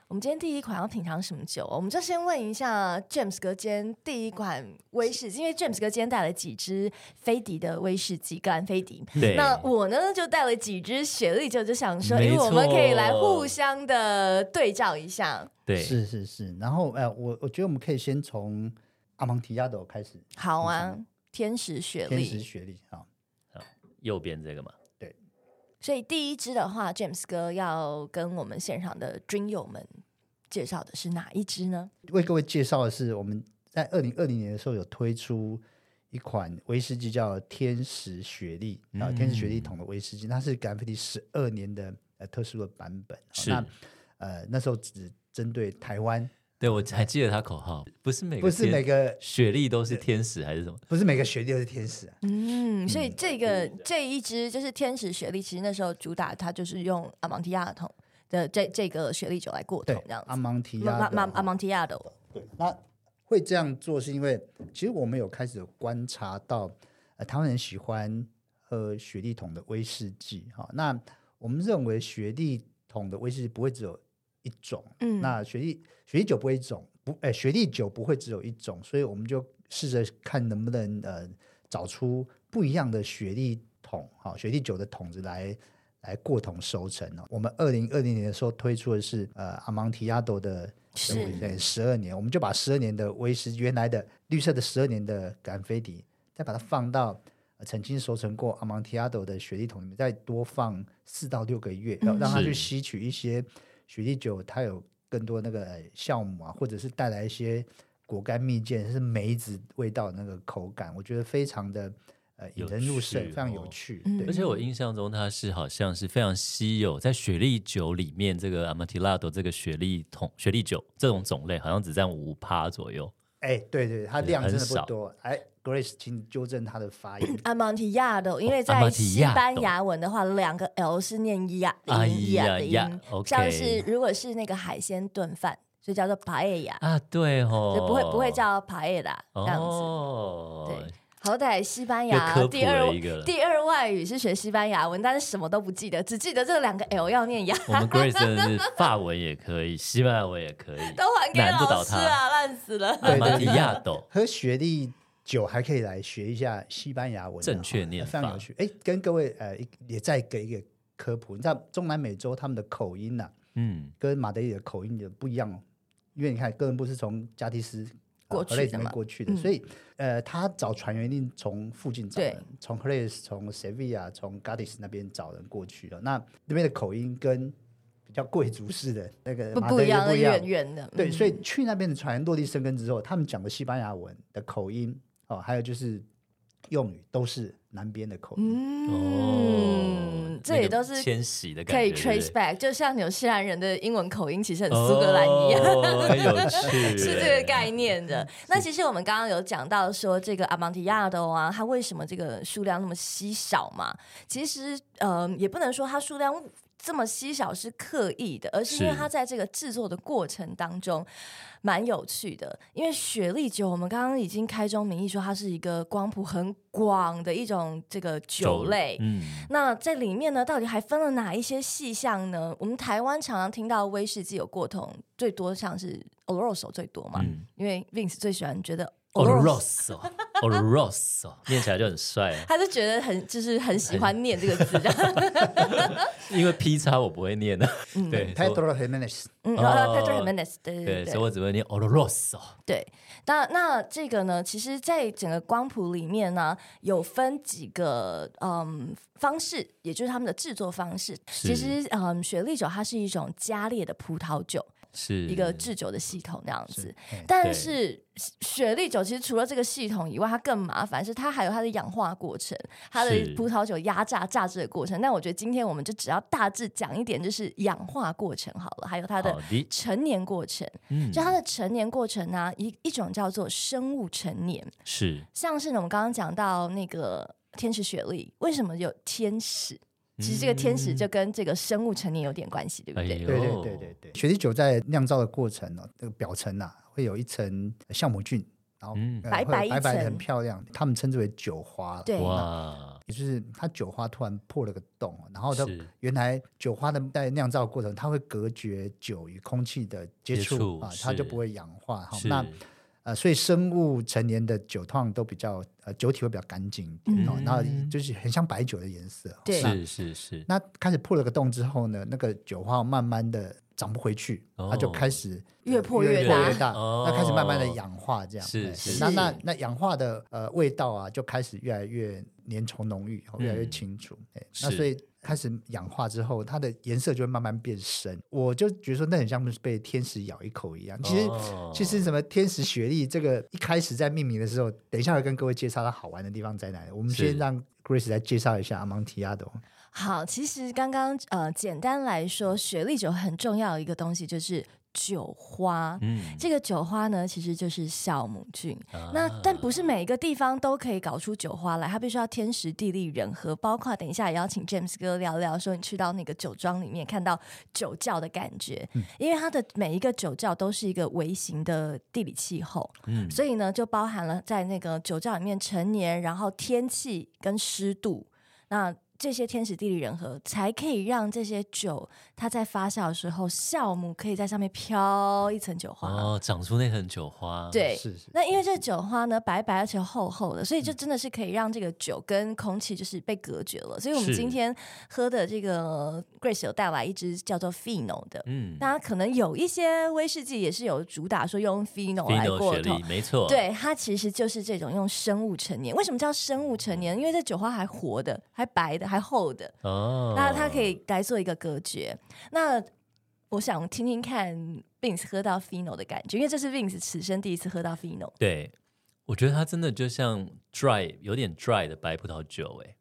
[SPEAKER 1] 我们今天第一款要品尝什么酒哦？我们就先问一下 James 哥，今天第一款威士忌，因为 James 哥今天带了几支飞迪的威士忌，格兰菲迪。
[SPEAKER 2] 对，
[SPEAKER 1] 那我呢就带了几支雪莉酒，就想说，
[SPEAKER 2] 没
[SPEAKER 1] 因为我们
[SPEAKER 2] 错
[SPEAKER 1] 可以来互相的对照一下。
[SPEAKER 2] 对
[SPEAKER 3] 是是是。然后哎、呃我我觉得我们可以先从阿蒙提亚斗开始，
[SPEAKER 1] 好啊，天使雪
[SPEAKER 3] 天使
[SPEAKER 1] 莉。
[SPEAKER 3] 雪莉啊，
[SPEAKER 2] 右边这个嘛，
[SPEAKER 1] 所以第一支的话，James 哥要跟我们现场的军友们介绍的是哪一支呢？
[SPEAKER 3] 为各位介绍的是我们在二零二零年的时候有推出一款威士忌叫天使雪莉啊、
[SPEAKER 2] 嗯
[SPEAKER 3] 天使雪莉桶的威士忌，它是格兰菲迪十二年的呃特殊的版本。啊
[SPEAKER 2] 是
[SPEAKER 3] 那呃那时候只针对台湾，
[SPEAKER 2] 对我还记得他口号，不是每个
[SPEAKER 3] 不是
[SPEAKER 2] 天
[SPEAKER 3] 每个
[SPEAKER 2] 雪莉都是天使还是什么？
[SPEAKER 3] 不是每个雪莉都是天使啊。
[SPEAKER 1] 嗯，所以这个、这一支就是天使雪莉，其实那时候主打它就是用阿蒙提亚桶的这这个雪莉酒来过
[SPEAKER 3] 对
[SPEAKER 1] 桶这样，
[SPEAKER 3] 阿
[SPEAKER 1] 子。
[SPEAKER 3] 蒙提亚
[SPEAKER 1] 阿
[SPEAKER 3] 的
[SPEAKER 1] 阿阿蒙提亚的哦，
[SPEAKER 3] 对，那会这样做是因为，其实我们有开始观察到，呃，台湾人喜欢喝雪莉桶的威士忌，哈、那我们认为雪莉桶的威士忌不会只有一种，
[SPEAKER 1] 嗯
[SPEAKER 3] 那雪莉雪莉酒不会一种，不，哎、雪莉酒不会只有一种，所以我们就试着看能不能呃找出不一样的雪莉桶，哈、雪莉酒的桶子来。来过桶熟成哦。我们二零二零年的时候推出的是呃阿蒙提亚多的
[SPEAKER 1] 是
[SPEAKER 3] 对，十二年，我们就把十二年的威士原来的绿色的十二年的格兰菲迪，再把它放到、呃曾经熟成过阿蒙提亚朵的雪莉桶里面，再多放四到六个月，要
[SPEAKER 1] 嗯
[SPEAKER 3] 让它
[SPEAKER 2] 是
[SPEAKER 3] 去吸取一些雪莉酒，它有更多那个呃酵母啊，或者是带来一些果干蜜饯，是梅子味道的那个口感，我觉得非常的呃引
[SPEAKER 2] 有
[SPEAKER 3] 人入
[SPEAKER 2] 趣
[SPEAKER 3] 胜，非常
[SPEAKER 2] 哦
[SPEAKER 3] 有趣。
[SPEAKER 1] 嗯。
[SPEAKER 3] 对
[SPEAKER 2] 而且我印象中它是好像是非常稀有，在雪莉酒里面，这个阿曼提拉多这个雪莉桶雪莉酒这种种类好像只占五趴左右。
[SPEAKER 3] 哎，对对，它
[SPEAKER 2] 对
[SPEAKER 3] 量
[SPEAKER 2] 很
[SPEAKER 3] 真的不
[SPEAKER 2] 少
[SPEAKER 3] 多。哎，Grace，请纠正它的发音
[SPEAKER 1] 阿蒙提亚的，因为
[SPEAKER 2] 阿
[SPEAKER 1] 在
[SPEAKER 2] 蒙提
[SPEAKER 1] 西
[SPEAKER 2] 亚的
[SPEAKER 1] 班牙文的话，两个 L 是念亚
[SPEAKER 2] 哎
[SPEAKER 1] 音亚的
[SPEAKER 2] 呀
[SPEAKER 1] 音
[SPEAKER 2] 呀，，OK
[SPEAKER 1] 像是如果是那个海鲜炖饭，所以叫做帕耶亚，
[SPEAKER 2] 啊，对哦，
[SPEAKER 1] 就不会不会叫帕耶拉这样子。
[SPEAKER 2] 哦
[SPEAKER 1] 对，好歹西班牙
[SPEAKER 2] 又科普
[SPEAKER 1] 第二
[SPEAKER 2] 了一个了
[SPEAKER 1] 第二外语是学西班牙文，但是什么都不记得，只记得这两个 L 要念亚，
[SPEAKER 2] 我们 Grace 真的是法文也可以，西班牙文也可以，
[SPEAKER 1] 都还给
[SPEAKER 2] 难不
[SPEAKER 1] 老
[SPEAKER 2] 倒
[SPEAKER 1] 师
[SPEAKER 2] 他
[SPEAKER 1] 啊，烂死了。
[SPEAKER 2] 阿
[SPEAKER 3] 对
[SPEAKER 2] 曼提
[SPEAKER 3] 对
[SPEAKER 2] 亚斗
[SPEAKER 3] 喝雪莉酒还可以来学一下西班牙文啊，
[SPEAKER 2] 正确念
[SPEAKER 3] 非常
[SPEAKER 2] 法
[SPEAKER 3] 有趣。哎，跟各位呃一也再给一个科普，你知道中南美洲他们的口音啊呐、
[SPEAKER 2] 嗯，
[SPEAKER 3] 跟马德里的口音也不一样哦，因为你看哥伦布是从加的斯。呃
[SPEAKER 1] 过去
[SPEAKER 3] Jerez
[SPEAKER 1] 的
[SPEAKER 3] 那边
[SPEAKER 1] 嘛
[SPEAKER 3] 过去的，
[SPEAKER 1] 嗯
[SPEAKER 3] 所以呃，他找船员一定从附近找
[SPEAKER 1] 对
[SPEAKER 3] 人，从 h e r e s 从 Sevilla、从 Gadis 那边找人过去了。那那边的口音跟比较贵族式的那个
[SPEAKER 1] 不
[SPEAKER 3] 马
[SPEAKER 1] 不
[SPEAKER 3] 德
[SPEAKER 1] 一
[SPEAKER 3] 里
[SPEAKER 1] 样，
[SPEAKER 3] 不一样
[SPEAKER 1] 远，远的。
[SPEAKER 3] 对，
[SPEAKER 1] 嗯
[SPEAKER 3] 所以去那边的船员落地生根之后，他们讲的西班牙文的口音哦，还有就是用语都是南边的口音。
[SPEAKER 1] 嗯，这也都
[SPEAKER 2] 哦那
[SPEAKER 1] 是
[SPEAKER 2] 个迁徙的感
[SPEAKER 1] 可
[SPEAKER 2] 觉，
[SPEAKER 1] 以
[SPEAKER 2] 对不
[SPEAKER 1] trace
[SPEAKER 2] 对
[SPEAKER 1] back，就像纽西兰人的英文口音其实很苏格兰一样。
[SPEAKER 2] 哦很有 趣，
[SPEAKER 1] 是这个概念的。
[SPEAKER 2] 嗯
[SPEAKER 1] 那其实我们刚刚有讲到说，这个阿蒙提亚的啊，它为什么这个数量那么稀少嘛？其实，呃，也不能说它数量这么稀少是刻意的，而是因为
[SPEAKER 2] 是
[SPEAKER 1] 它在这个制作的过程当中蛮有趣的。因为雪莉酒，我们刚刚已经开宗明义说它是一个光谱很广的一种这个酒类，
[SPEAKER 2] 嗯，
[SPEAKER 1] 那在里面呢，到底还分了哪一些细项呢？我们台湾常常听到威士忌有过桶，最多像是 Oloroso 最多嘛，
[SPEAKER 2] 嗯
[SPEAKER 1] 因为 Vince 最喜欢觉得 Oloroso，
[SPEAKER 2] Oloroso Oloroso 念起来就很帅，
[SPEAKER 1] 他就觉得很就是很喜欢念这个字，这样
[SPEAKER 2] 因为 P 叉我不会念的，啊 对，所以
[SPEAKER 3] Pedro Jimenez，
[SPEAKER 1] 嗯，然后
[SPEAKER 2] 哦
[SPEAKER 1] Pedro Jimenez，对对
[SPEAKER 2] 对，所以
[SPEAKER 1] 对。
[SPEAKER 2] 我只会念 Oloroso，
[SPEAKER 1] 对，那那这个呢？其实，在整个光谱里面呢，有分几个嗯方式，也就是他们的制作方式。其实，嗯，雪莉酒它是一种加烈的葡萄酒，
[SPEAKER 2] 是
[SPEAKER 1] 一个制酒的系统那样子
[SPEAKER 3] 是。哎
[SPEAKER 1] 但是雪莉酒其实除了这个系统以外，它更麻烦是它还有它的氧化过程，它的
[SPEAKER 2] 是
[SPEAKER 1] 葡萄酒压榨榨汁的过程。但我觉得今天我们就只要大致讲一点，就是氧化过程好了，还有它的
[SPEAKER 2] 好的，
[SPEAKER 1] 成年过程。
[SPEAKER 2] 哦嗯
[SPEAKER 1] 就它的成年过程呢、一一种叫做生物成年，
[SPEAKER 2] 是
[SPEAKER 1] 像是呢我们刚刚讲到那个天使雪莉，为什么有天使？其实这个天使就跟这个生物成年有点关系，对不
[SPEAKER 2] 嗯哎
[SPEAKER 1] 对？
[SPEAKER 2] 呦
[SPEAKER 3] 对对哦对对对，雪莉酒在酿造的过程哦，这个表层呐、啊、会有一层酵母菌然后、
[SPEAKER 2] 嗯
[SPEAKER 3] 呃
[SPEAKER 1] 白
[SPEAKER 3] 会
[SPEAKER 1] 白
[SPEAKER 3] 有
[SPEAKER 1] 一
[SPEAKER 3] 白白的很
[SPEAKER 1] 层
[SPEAKER 3] 漂亮，他们称之为酒花了。
[SPEAKER 1] 对
[SPEAKER 2] 哇，
[SPEAKER 3] 也就是它酒花突然破了个洞，哦然后它
[SPEAKER 2] 是
[SPEAKER 3] 原来酒花的在酿造过程，它会隔绝酒与空气的接
[SPEAKER 2] 接
[SPEAKER 3] 触
[SPEAKER 2] 触
[SPEAKER 3] 啊，它
[SPEAKER 2] 是
[SPEAKER 3] 就不会氧化哈。
[SPEAKER 2] 是
[SPEAKER 3] 那呃，所以生物成年的酒通常都比较呃酒体会比较干净一点哦，
[SPEAKER 2] 嗯
[SPEAKER 3] 然后就是很像白酒的颜色。哦
[SPEAKER 1] 对
[SPEAKER 3] 那
[SPEAKER 2] 是是是，
[SPEAKER 3] 那开始破了个洞之后呢，那个酒花慢慢的长不回去，它就
[SPEAKER 2] 哦
[SPEAKER 3] 开始
[SPEAKER 1] 越破越
[SPEAKER 3] 大，
[SPEAKER 1] 大
[SPEAKER 3] 越大
[SPEAKER 2] 哦
[SPEAKER 3] 那开始慢慢的氧化，这样
[SPEAKER 2] 是
[SPEAKER 3] 哎
[SPEAKER 2] 是
[SPEAKER 3] 那那
[SPEAKER 1] 是
[SPEAKER 3] 那氧化的呃味道啊，就开始越来越粘稠浓郁，越来越
[SPEAKER 2] 嗯
[SPEAKER 3] 清楚。哎那
[SPEAKER 2] 是
[SPEAKER 3] 所以开始氧化之后，它的颜色就会慢慢变深。我就觉得说，那很像是被天使咬一口一样。其实。
[SPEAKER 2] 哦
[SPEAKER 3] 其实什么天使学历这个一开始在命名的时候，等一下会跟各位介绍它好玩的地方在哪里。我们
[SPEAKER 2] 是
[SPEAKER 3] 先让 Grace 来介绍一下阿蒙提亚斗。
[SPEAKER 1] 好，其实刚刚呃，简单来说，雪莉酒很重要的一个东西就是酒花。
[SPEAKER 2] 嗯
[SPEAKER 1] 这个酒花呢，其实就是酵母菌。
[SPEAKER 2] 啊
[SPEAKER 1] 那但不是每一个地方都可以搞出酒花来，它必须要天时地利人和，包括等一下也要请 James 哥聊聊，说你去到那个酒庄里面看到酒窖的感觉，
[SPEAKER 2] 嗯
[SPEAKER 1] 因为它的每一个酒窖都是一个微型的地理气候，
[SPEAKER 2] 嗯
[SPEAKER 1] 所以呢就包含了在那个酒窖里面陈年，然后天气跟湿度，那。这些天时地利人和，才可以让这些酒它在发酵的时候，酵母可以在上面飘一层酒花。
[SPEAKER 2] 哦，长出那盆酒花，
[SPEAKER 1] 对
[SPEAKER 3] 是是。
[SPEAKER 1] 那因为这酒花呢，白白而且厚厚的，所以就
[SPEAKER 2] 嗯
[SPEAKER 1] 真的是可以让这个酒跟空气就是被隔绝了。所以我们
[SPEAKER 2] 是
[SPEAKER 1] 今天喝的这个 Grace 有带来一支叫做 Fino 的，
[SPEAKER 2] 嗯
[SPEAKER 1] 大家可能有一些威士忌也是有主打说用 Fino 来
[SPEAKER 2] ，Fino
[SPEAKER 1] 过
[SPEAKER 2] 雪
[SPEAKER 1] 头
[SPEAKER 2] 莉，。没错，，
[SPEAKER 1] 对，它其实就是这种用生物陈年。为什么叫生物陈
[SPEAKER 2] 嗯
[SPEAKER 1] 年？因为这酒花还活的，还白的，还厚的，
[SPEAKER 2] 哦，
[SPEAKER 1] 那它可以来做一个隔绝。那我想听听看 Vince 喝到 Fino 的感觉，因为这是 Vince 此生第一次喝到 Fino。
[SPEAKER 2] 对，我觉得它真的就像 dry 有点 dry 的白葡萄酒，哎，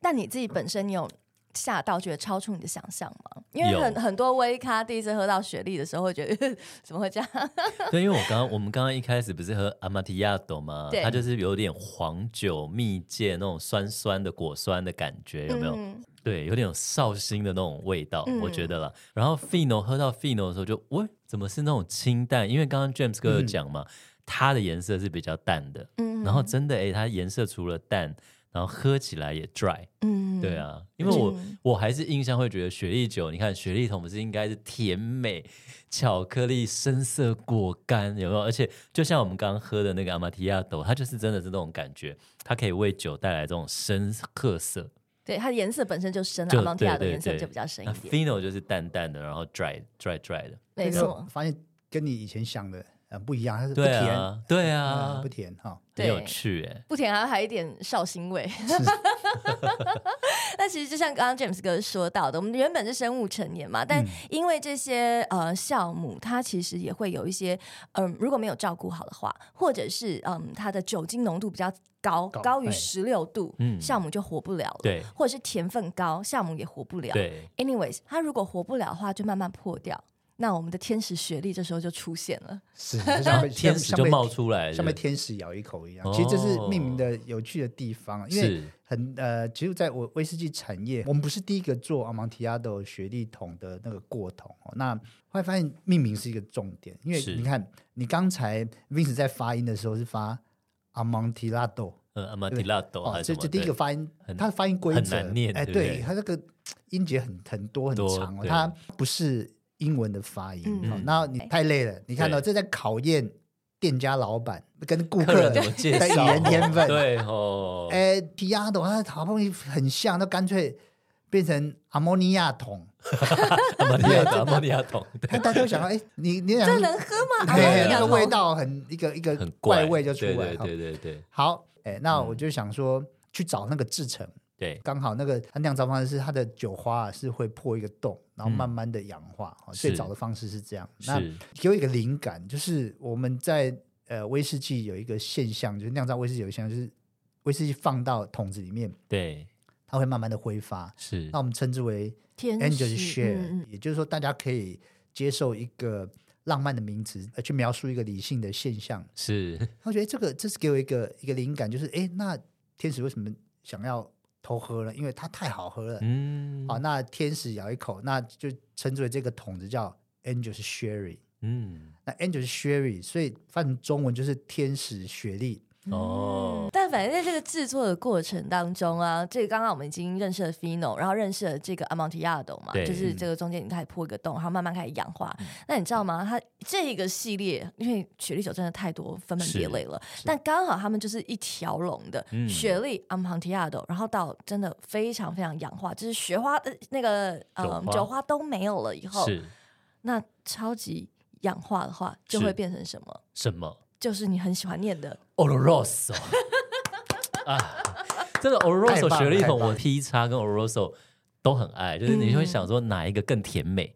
[SPEAKER 1] 但你自己本身你有吓到，觉得超出你的想象吗？因为
[SPEAKER 2] 有
[SPEAKER 1] 很很多威咖第一次喝到雪莉的时候，会觉得 怎么会这样？
[SPEAKER 2] 对，因为我刚刚我们刚刚一开始不是喝阿玛提亚朵吗？
[SPEAKER 1] 对
[SPEAKER 2] 它就是有点黄酒蜜饯那种酸酸的果酸的感觉，有没有？
[SPEAKER 1] 嗯
[SPEAKER 2] 对，有点有绍兴的那种味道，
[SPEAKER 1] 嗯
[SPEAKER 2] 我觉得啦。然后 Fino 喝到 Fino 的时候就，喂，怎么是那种清淡？因为刚刚 James 哥有讲嘛，它的颜色是比较淡的。
[SPEAKER 1] 嗯
[SPEAKER 2] 然后真的，哎，它颜色除了淡，然后喝起来也 dry。
[SPEAKER 1] 嗯
[SPEAKER 2] 对，啊，因为我、
[SPEAKER 1] 嗯
[SPEAKER 2] 我还是印象会觉得雪莉酒，你看雪莉桶不是应该是甜美巧克力深色果干有没有？而且就像我们刚刚喝的那个阿玛提亚豆，它就是真的是那种感觉，它可以为酒带来这种深褐色。
[SPEAKER 1] 对它的颜色本身就深了，
[SPEAKER 2] 就
[SPEAKER 1] 阿蒙提亚的
[SPEAKER 2] 对对
[SPEAKER 1] 颜色
[SPEAKER 2] 对
[SPEAKER 1] 就比较深
[SPEAKER 2] 那
[SPEAKER 1] 一点，
[SPEAKER 2] Fino 就是淡淡的，然后 dry dry dry 的，
[SPEAKER 1] 没
[SPEAKER 3] 那
[SPEAKER 1] 错
[SPEAKER 3] 个。发现跟你以前想的呃不一样，它是不
[SPEAKER 2] 对
[SPEAKER 3] 甜，
[SPEAKER 2] 啊，对
[SPEAKER 3] 嗯
[SPEAKER 2] 啊
[SPEAKER 3] 不，甜 哈。
[SPEAKER 2] 很有
[SPEAKER 1] 对
[SPEAKER 2] 趣哎、
[SPEAKER 1] 不甜，还还有一点绍兴味。 那其实就像刚刚 James 哥说到的，我们原本是生物陈年嘛，但
[SPEAKER 2] 嗯
[SPEAKER 1] 因为这些呃酵母，它其实也会有一些嗯、如果没有照顾好的话，或者是嗯它的酒精浓度比较高，
[SPEAKER 3] 高
[SPEAKER 1] 高于
[SPEAKER 3] 哎
[SPEAKER 1] 十六度，
[SPEAKER 2] 嗯
[SPEAKER 1] 酵母就活不了了。
[SPEAKER 2] 对
[SPEAKER 1] 或者是甜分高，酵母也活不了。
[SPEAKER 2] 对，
[SPEAKER 1] Anyways，它如果活不了的话，就慢慢破掉。那我们的天使学历这时候就出现了。
[SPEAKER 3] 是，就像
[SPEAKER 2] 天使就冒，出来，
[SPEAKER 3] 像被像被
[SPEAKER 2] 是
[SPEAKER 3] 天使咬一口一样
[SPEAKER 2] 哦。
[SPEAKER 3] 其实这是命名的有趣的地方，啊因为
[SPEAKER 2] 是
[SPEAKER 3] 很呃，其实在我威士忌产业，我们不是第一个做阿蒙提亚的雪莉桶的那个过桶哦。那后来发现命名是一个重点，因为
[SPEAKER 2] 是
[SPEAKER 3] 你看，你刚才 Vince 在发音的时候是发阿蒙提拉豆，
[SPEAKER 2] 呃阿玛提亚豆还
[SPEAKER 3] 哦，
[SPEAKER 2] 是什
[SPEAKER 3] 这
[SPEAKER 2] 么？
[SPEAKER 3] 这第一
[SPEAKER 2] 对
[SPEAKER 3] 个发音
[SPEAKER 2] 很，
[SPEAKER 3] 它的发音规
[SPEAKER 2] 很
[SPEAKER 3] 则
[SPEAKER 2] 难念
[SPEAKER 3] 哎，
[SPEAKER 2] 对不对
[SPEAKER 3] 对，它那个音节很很多很
[SPEAKER 2] 多
[SPEAKER 3] 长哦，
[SPEAKER 2] 对
[SPEAKER 3] 它不是英文的发音
[SPEAKER 1] 嗯。
[SPEAKER 3] 哦那你太累了，你看到
[SPEAKER 2] 对
[SPEAKER 3] 这在考验店家老板跟顾
[SPEAKER 2] 客
[SPEAKER 3] 客
[SPEAKER 2] 人怎么介
[SPEAKER 3] 的语
[SPEAKER 2] 绍
[SPEAKER 3] 言天分。
[SPEAKER 2] 对哦，
[SPEAKER 3] 哎，提亚朵，它好不容易很像，那干脆变成阿莫尼亚 桶，
[SPEAKER 2] 阿玛尼亚 桶，阿玛尼亚桶，
[SPEAKER 3] 他
[SPEAKER 2] 对，
[SPEAKER 3] 大家都想到，哎，你你想
[SPEAKER 1] 这，能喝吗？阿
[SPEAKER 3] 哎
[SPEAKER 1] 蒙尼
[SPEAKER 3] 那
[SPEAKER 1] 亚
[SPEAKER 3] 个
[SPEAKER 1] 头
[SPEAKER 3] 味道很一个一个
[SPEAKER 2] 很
[SPEAKER 3] 呃怪味就出来
[SPEAKER 2] 对对
[SPEAKER 3] 了。
[SPEAKER 2] 嗯对对对
[SPEAKER 3] 好，哎，那我就想说去找那个制成。
[SPEAKER 2] 对，
[SPEAKER 3] 刚好那个它酿造方式是它的酒花啊是会破一个洞，然后慢慢的氧化。哦最
[SPEAKER 2] 嗯是
[SPEAKER 3] 早的方式是这样。那
[SPEAKER 2] 是
[SPEAKER 3] 给我一个灵感，就是我们在呃威士忌有一个现象，就是酿造威士忌有一个现象，就是威士忌放到桶子里面，
[SPEAKER 2] 对
[SPEAKER 3] 它会慢慢的挥发，
[SPEAKER 2] 是
[SPEAKER 3] 那我们称之为
[SPEAKER 1] 天使
[SPEAKER 3] angel share，、
[SPEAKER 1] 嗯嗯
[SPEAKER 3] 也就是说大家可以接受一个浪漫的名词，呃，去描述一个理性的现象。
[SPEAKER 2] 是
[SPEAKER 3] 我觉得这个这是给我一个一个灵感，就是哎，诶那天使为什么想要偷喝呢？因为它太好喝了。
[SPEAKER 2] 嗯
[SPEAKER 3] 好，那天使咬一口，那就称之为这个桶子叫 Angels Sherry，
[SPEAKER 2] 嗯，
[SPEAKER 3] 那 N 就是 sherry，所以翻成中文就是天使雪莉。
[SPEAKER 2] 哦，
[SPEAKER 1] 嗯但反正在这个制作的过程当中啊，这个刚刚我们已经认识了 Fino，然后认识了这个 Amontillado 嘛，
[SPEAKER 2] 对嗯
[SPEAKER 1] 就是这个中间你开始破一个洞，然后慢慢开始氧化。那你知道吗？它这个系列，因为雪莉酒真的太多分门别类了，但刚好他们就是一条龙的、
[SPEAKER 2] 嗯
[SPEAKER 1] 雪莉 Amontillado，然后到真的非常非常氧化，就是雪花呃那个呃
[SPEAKER 2] 酒花
[SPEAKER 1] 酒花都没有了以后，
[SPEAKER 2] 是
[SPEAKER 1] 那超级氧化的话就是会变成什么？
[SPEAKER 2] 什么
[SPEAKER 1] 就是你很喜欢念的
[SPEAKER 2] Oloroso 啊？这个
[SPEAKER 3] 太
[SPEAKER 2] Oloroso
[SPEAKER 3] 棒了嗯
[SPEAKER 2] 雪莉
[SPEAKER 3] 太
[SPEAKER 2] 粉，
[SPEAKER 3] 棒
[SPEAKER 2] 我 P 叉跟 Oloroso 都很爱，就是你会想说哪一个更甜美？